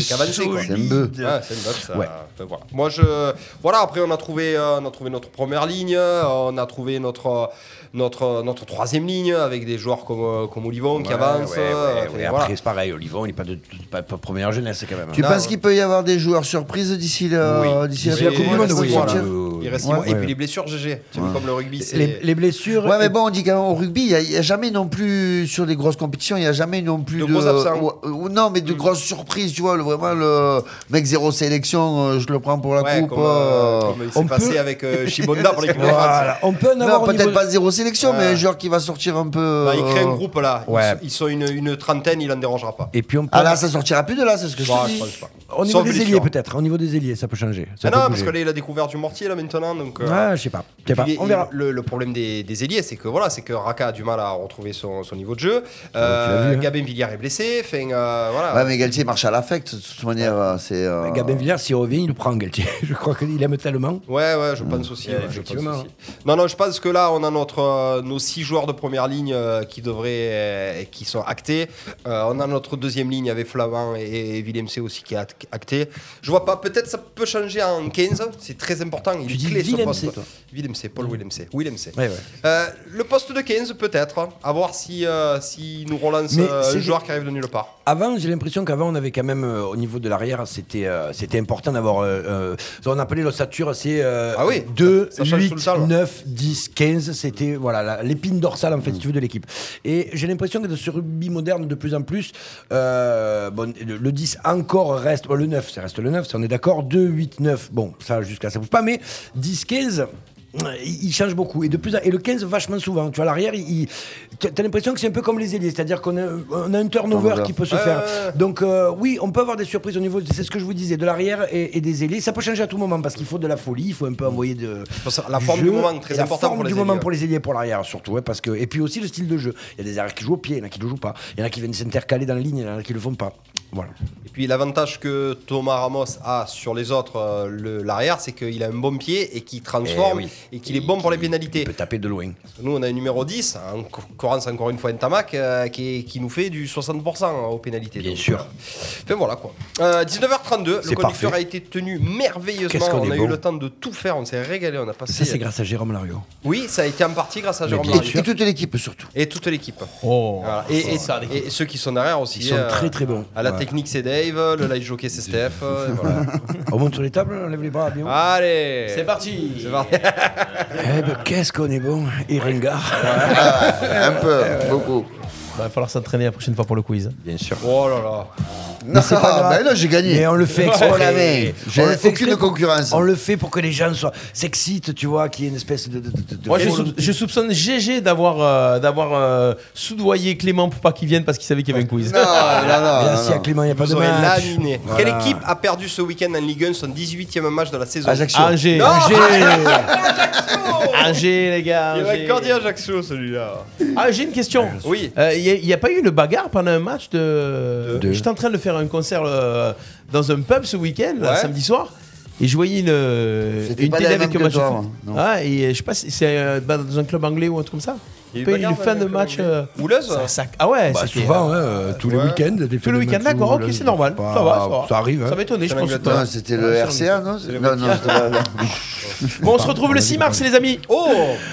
H: est
I: avancé, quoi.
H: solide.
G: C'est un bœuf.
I: Ouais, c'est une note, ça.
H: Ouais.
I: Enfin, voilà. Moi, je. Voilà, après, on a trouvé, euh, on a trouvé notre première ligne, euh, on a trouvé notre, euh, notre, euh, notre troisième ligne avec des joueurs comme, euh, comme Olivon qui
H: Ouais,
I: avance.
H: ouais, ouais,
I: euh,
H: ouais.
I: enfin, voilà.
H: Après, c'est pareil, Olivon, il n'est pas de pas- pas première jeunesse quand même.
G: Tu
I: Non,
G: penses
I: ouais.
G: qu'il peut y avoir des joueurs surprises d'ici le-
I: Oui.
G: d'ici la
I: D'ici
G: Coupe du Monde
I: oui,
G: pour
I: oui,
G: sortir
I: voilà. Il reste six
G: Ouais.
I: mois. Et puis les blessures, GG. C'est comme le rugby. c'est-
H: Les, les blessures.
G: Ouais, mais bon, on dit qu'au rugby, il n'y a, jamais non plus, sur les grosses compétitions, il n'y a jamais non plus
I: De Mm.
G: de.
I: gros absents.
G: ou- ou- non, mais de grosses surprises, tu vois. le- vraiment, le mec zéro sélection, euh, je le prends pour la
I: Ouais,
G: coupe.
I: comme, euh,
G: euh.
I: comme il
H: on
I: s'est passé
H: peut-
I: avec euh, Shibonda pour l'équipe de France.
H: Voilà. On peut en avoir
G: Non,
H: au niveau-
G: peut-être pas zéro sélection, mais
I: Ouais.
G: un joueur qui va sortir un peu.
I: Bah, il crée un
G: euh,
I: groupe là. Ils
H: Ouais.
I: sont- Ils sont une, une trentaine, il en dérangera pas.
H: Et puis on peut.
G: Ah là, ça sortira plus de là, c'est ce que je
I: Bah,
G: te
I: je
G: dis.
I: pense pas.
H: Au niveau
I: Sauf
H: des ailiers,
I: blessure.
H: peut-être. Au niveau des ailiers, ça peut changer. Ça
I: Ah
H: peut
I: non, parce
H: bouger.
I: que là, il a découvert du mortier là maintenant. Donc, euh,
H: Ouais, je sais pas. Je sais pas.
I: Puis,
H: On
I: il-
H: verra.
I: Le, le problème des, des ailiers, c'est que voilà, c'est que Raka a du mal à retrouver son, son niveau de jeu.
H: tu l'as
I: Euh,
H: vu, hein. Bah,
I: Gabin Villière est blessé. Enfin, euh, voilà.
G: Ouais, mais Galtier marche à l'affect, de toute manière. euh, C'est. euh,
H: Gabin Villard, s'il revient, il le prend, Galtier. Je crois qu'il aime tellement.
I: Ouais, ouais, je pense aussi. ouais, je
H: effectivement.
I: pense aussi. Non, non, je pense que là, on a notre, euh, nos six joueurs de première ligne euh, qui devraient, euh, qui sont actés. Euh, on a notre deuxième ligne avec Flamand et, et Willem C aussi qui est act- acté. Je vois pas, peut-être ça peut changer en 15. C'est très important. Il
H: Tu
I: est
H: dis
I: clé ce
H: Willem
I: poste.
H: C, toi.
I: Willem C, Paul Willem C. Willem C.
H: Ouais, ouais.
I: Euh, le poste de 15, peut-être. hein. À voir si, euh, si nous relance
H: Mais
I: euh,
H: c'est
I: un
H: des-
I: joueur qui arrive de nulle part.
H: Avant, j'ai l'impression qu'avant, on avait quand même, euh, au niveau de l'arrière, c'était euh, c'était important d'avoir. euh, euh, on appelait l'ossature, c'est euh,
I: Ah oui,
H: 2,
I: ça- ça change tout le
H: 8,
I: temps, là.
H: 9, 10, 15. C'était voilà la- l'épine dorsale, en fait, si tu veux, de l'équipe. Et j'ai l'impression que de ce rugby moderne, de plus en plus, euh, bon, le, le 10 encore reste. bon, le 9, ça reste le 9, ça, on est d'accord. 2, 8, 9, bon, ça jusqu'à ça ne bouge pas, mais 10, 15. euh, Il il change beaucoup et de plus en- et le 15 vachement souvent. Tu vois l'arrière, il, il- t'as t'as l'impression que c'est un peu comme les ailiers, c'est-à-dire qu'on a, on a un turnover
G: Turnover.
H: qui peut se
I: Ouais,
H: faire.
I: ouais, ouais.
H: Donc euh, oui, on peut avoir des surprises au niveau, c'est ce que je vous disais, de l'arrière et, et des ailés. Ça peut changer à tout moment parce qu'il faut de la folie, il faut un peu envoyer de
I: pense que la forme du moment est très
H: et la
I: importante
H: forme
I: pour les
H: du
I: ailiers, hein.
H: moment
I: ouais.
H: pour les ailiers, pour l'arrière surtout, ouais, parce que et puis aussi le style de jeu. Il y a des arrières qui jouent au pied, il y en a qui ne jouent pas, il y en a qui viennent s'intercaler dans la ligne, il y en a qui le font pas. Voilà.
I: Et puis l'avantage que Thomas Ramos a sur les autres, euh, le- l'arrière, c'est qu'il a un bon pied et qu'il transforme.
H: Eh oui.
I: et qu'il est bon pour les pénalités.
H: Il peut taper de loin.
I: Nous, on a un numéro 10, en co- Corrence encore une fois un tamac, euh, qui, est- qui nous fait du 60% hein, aux pénalités.
H: Bien
I: Donc,
H: sûr.
I: euh, Enfin voilà quoi. Euh, 19h32, le
H: C'est
I: conducteur
H: parfait.
I: a été tenu merveilleusement.
H: Qu'est-ce qu'on
I: on a
H: est
I: eu
H: bon.
I: le temps de tout faire, on s'est régalé, on a passé.
H: Ça, c'est grâce à Jérôme Lario.
I: Oui, ça a été en partie grâce à Jérôme
H: bien
I: Larry.
G: Et, et toute l'équipe surtout.
I: Et toute l'équipe.
F: Oh.
I: Voilà. Et, et- et ceux qui sont derrière aussi. euh,
H: Ils sont très, très bons.
I: À la
H: Ouais.
I: technique, c'est Dave. Le live jockey, c'est Steph. euh, et voilà.
H: On monte sur les tables, on lève les bras,
I: Ah.
H: bien.
I: Allez
F: C'est parti
I: C'est parti.
H: Eh ben, qu'est-ce qu'on est bon. Et ringard.
G: Ah, Un peu, beaucoup.
F: Bah, Il va falloir s'entraîner la prochaine fois pour le quiz.
H: Bien sûr.
I: Oh là là.
G: Non,
H: c'est pas grave.
G: ben non, j'ai gagné.
H: Mais on le fait exprès.
G: Oh la merde. J'ai
H: On le fait
G: aucune
H: exprès.
G: concurrence.
H: On le fait pour que les gens soient s'excitent, tu vois, qu'il y ait une espèce de. de- de- de-
F: Moi, je,
H: de-
F: sou- je soupçonne GG d'avoir euh, d'avoir euh, soudoyé Clément pour pas qu'il vienne parce qu'il savait qu'il y avait un quiz.
G: Non, non,
I: Ah,
G: non.
H: Merci
G: non.
H: à Clément, il n'y a pas de
I: Vous aurez
H: match.
I: laminé.
H: Voilà.
I: Quelle équipe a perdu ce week-end en Ligue 1 son 18e match de la saison
G: Ajaccio.
H: Ah,
F: Angers,
I: Non ah,
F: Angers,
I: Ajaccio
F: Angers, les gars.
I: Il
F: Angers.
I: va cordier Ajaccio celui-là.
F: Ah, j'ai une question.
I: Oui.
F: Il n'y Euh, a, pas eu une bagarre pendant un match de.
H: De-
F: J'étais en train de faire un concert euh, dans un pub ce week-end, là,
I: Ouais.
F: samedi soir. Et je voyais une, euh,
G: C'était
F: une
G: pas
F: télé
G: la même
F: avec un
G: que
F: match de
G: toi,
F: foot.
G: moi, non.
F: Ah, et euh, je sais pas si c'est euh, bah, dans un club anglais ou un truc comme ça.
I: Il y a eu
F: Pas une
I: bagarre
F: fin de
I: avec le
F: match.
I: Anglais.
F: euh,
I: Houleuse
F: ça- ça- Ah ouais,
H: Bah,
F: c'était,
H: souvent, hein, euh, tous les
I: ouais.
H: week-ends. des
F: Tout le
H: phénomènes
F: week-end,
H: tout
F: d'accord,
H: le-
F: ok, c'est normal.
H: pas-
F: ça va, ça va.
H: Ça arrive. hein.
F: Ça m'étonnait, je
I: C'est
F: pense.
I: l'Angleterre.
F: que-
G: Non, c'était le
H: Ah,
G: RCA, non Non, non, c'était pas-
F: Bon, on se retrouve le 6 mars, les amis.
I: Oh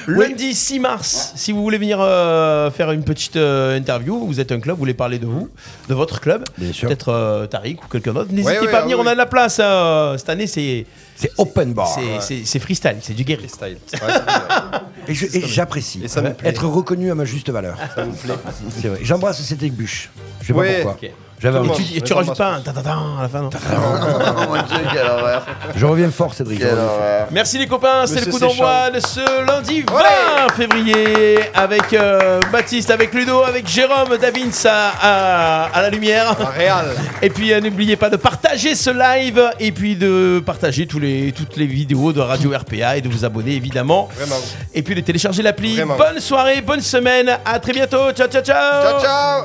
F: Lundi 6 mars, si vous voulez venir euh, faire une petite euh, interview, vous êtes un club, vous voulez parler de vous, de votre club,
H: Bien sûr.
F: peut-être euh, Tariq ou quelqu'un d'autre, n'hésitez
I: Ouais, ouais,
F: pas à
I: ouais,
F: venir,
I: ouais.
F: on a de la place. euh, cette année, c'est
H: C'est open bar.
F: c'est- c'est- c'est freestyle, c'est du guerrier.
I: Freestyle. Ouais, c'est bien.
H: Et je- et j'apprécie.
I: Et ça nous plaît.
H: Être reconnu à ma juste valeur. Ça me plaît. C'est vrai. J'embrasse Cédric Buche. Je sais
I: Ouais.
H: pas pourquoi.
F: Ok.
H: J'avais
F: Et
H: envie.
F: tu, et tu rajoutes pas un tatatin à la fin, non
G: Oh mon dieu, quelle horreur.
H: Je reviens fort, Cédric. je
G: Quelle
H: reviens fort.
G: horreur.
F: Merci les copains, c'est le
I: Monsieur
F: coup d'envoi de ce lundi 20 février avec euh, Baptiste, avec Ludo, avec Jérôme, Davins à, à- à la lumière.
I: Real.
F: Et puis euh, n'oubliez pas de partager ce live et puis de partager tous les, toutes les vidéos de Radio RPA et de vous abonner évidemment.
I: Vraiment.
F: Et puis de télécharger l'appli.
I: Vraiment.
F: Bonne soirée, bonne semaine, à très bientôt. Ciao ciao ciao.
I: Ciao, ciao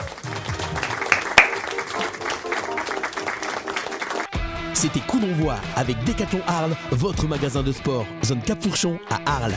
A: C'était Coup d'envoi avec Decathlon Arles, votre magasin de sport, zone Cap Fourchon à Arles.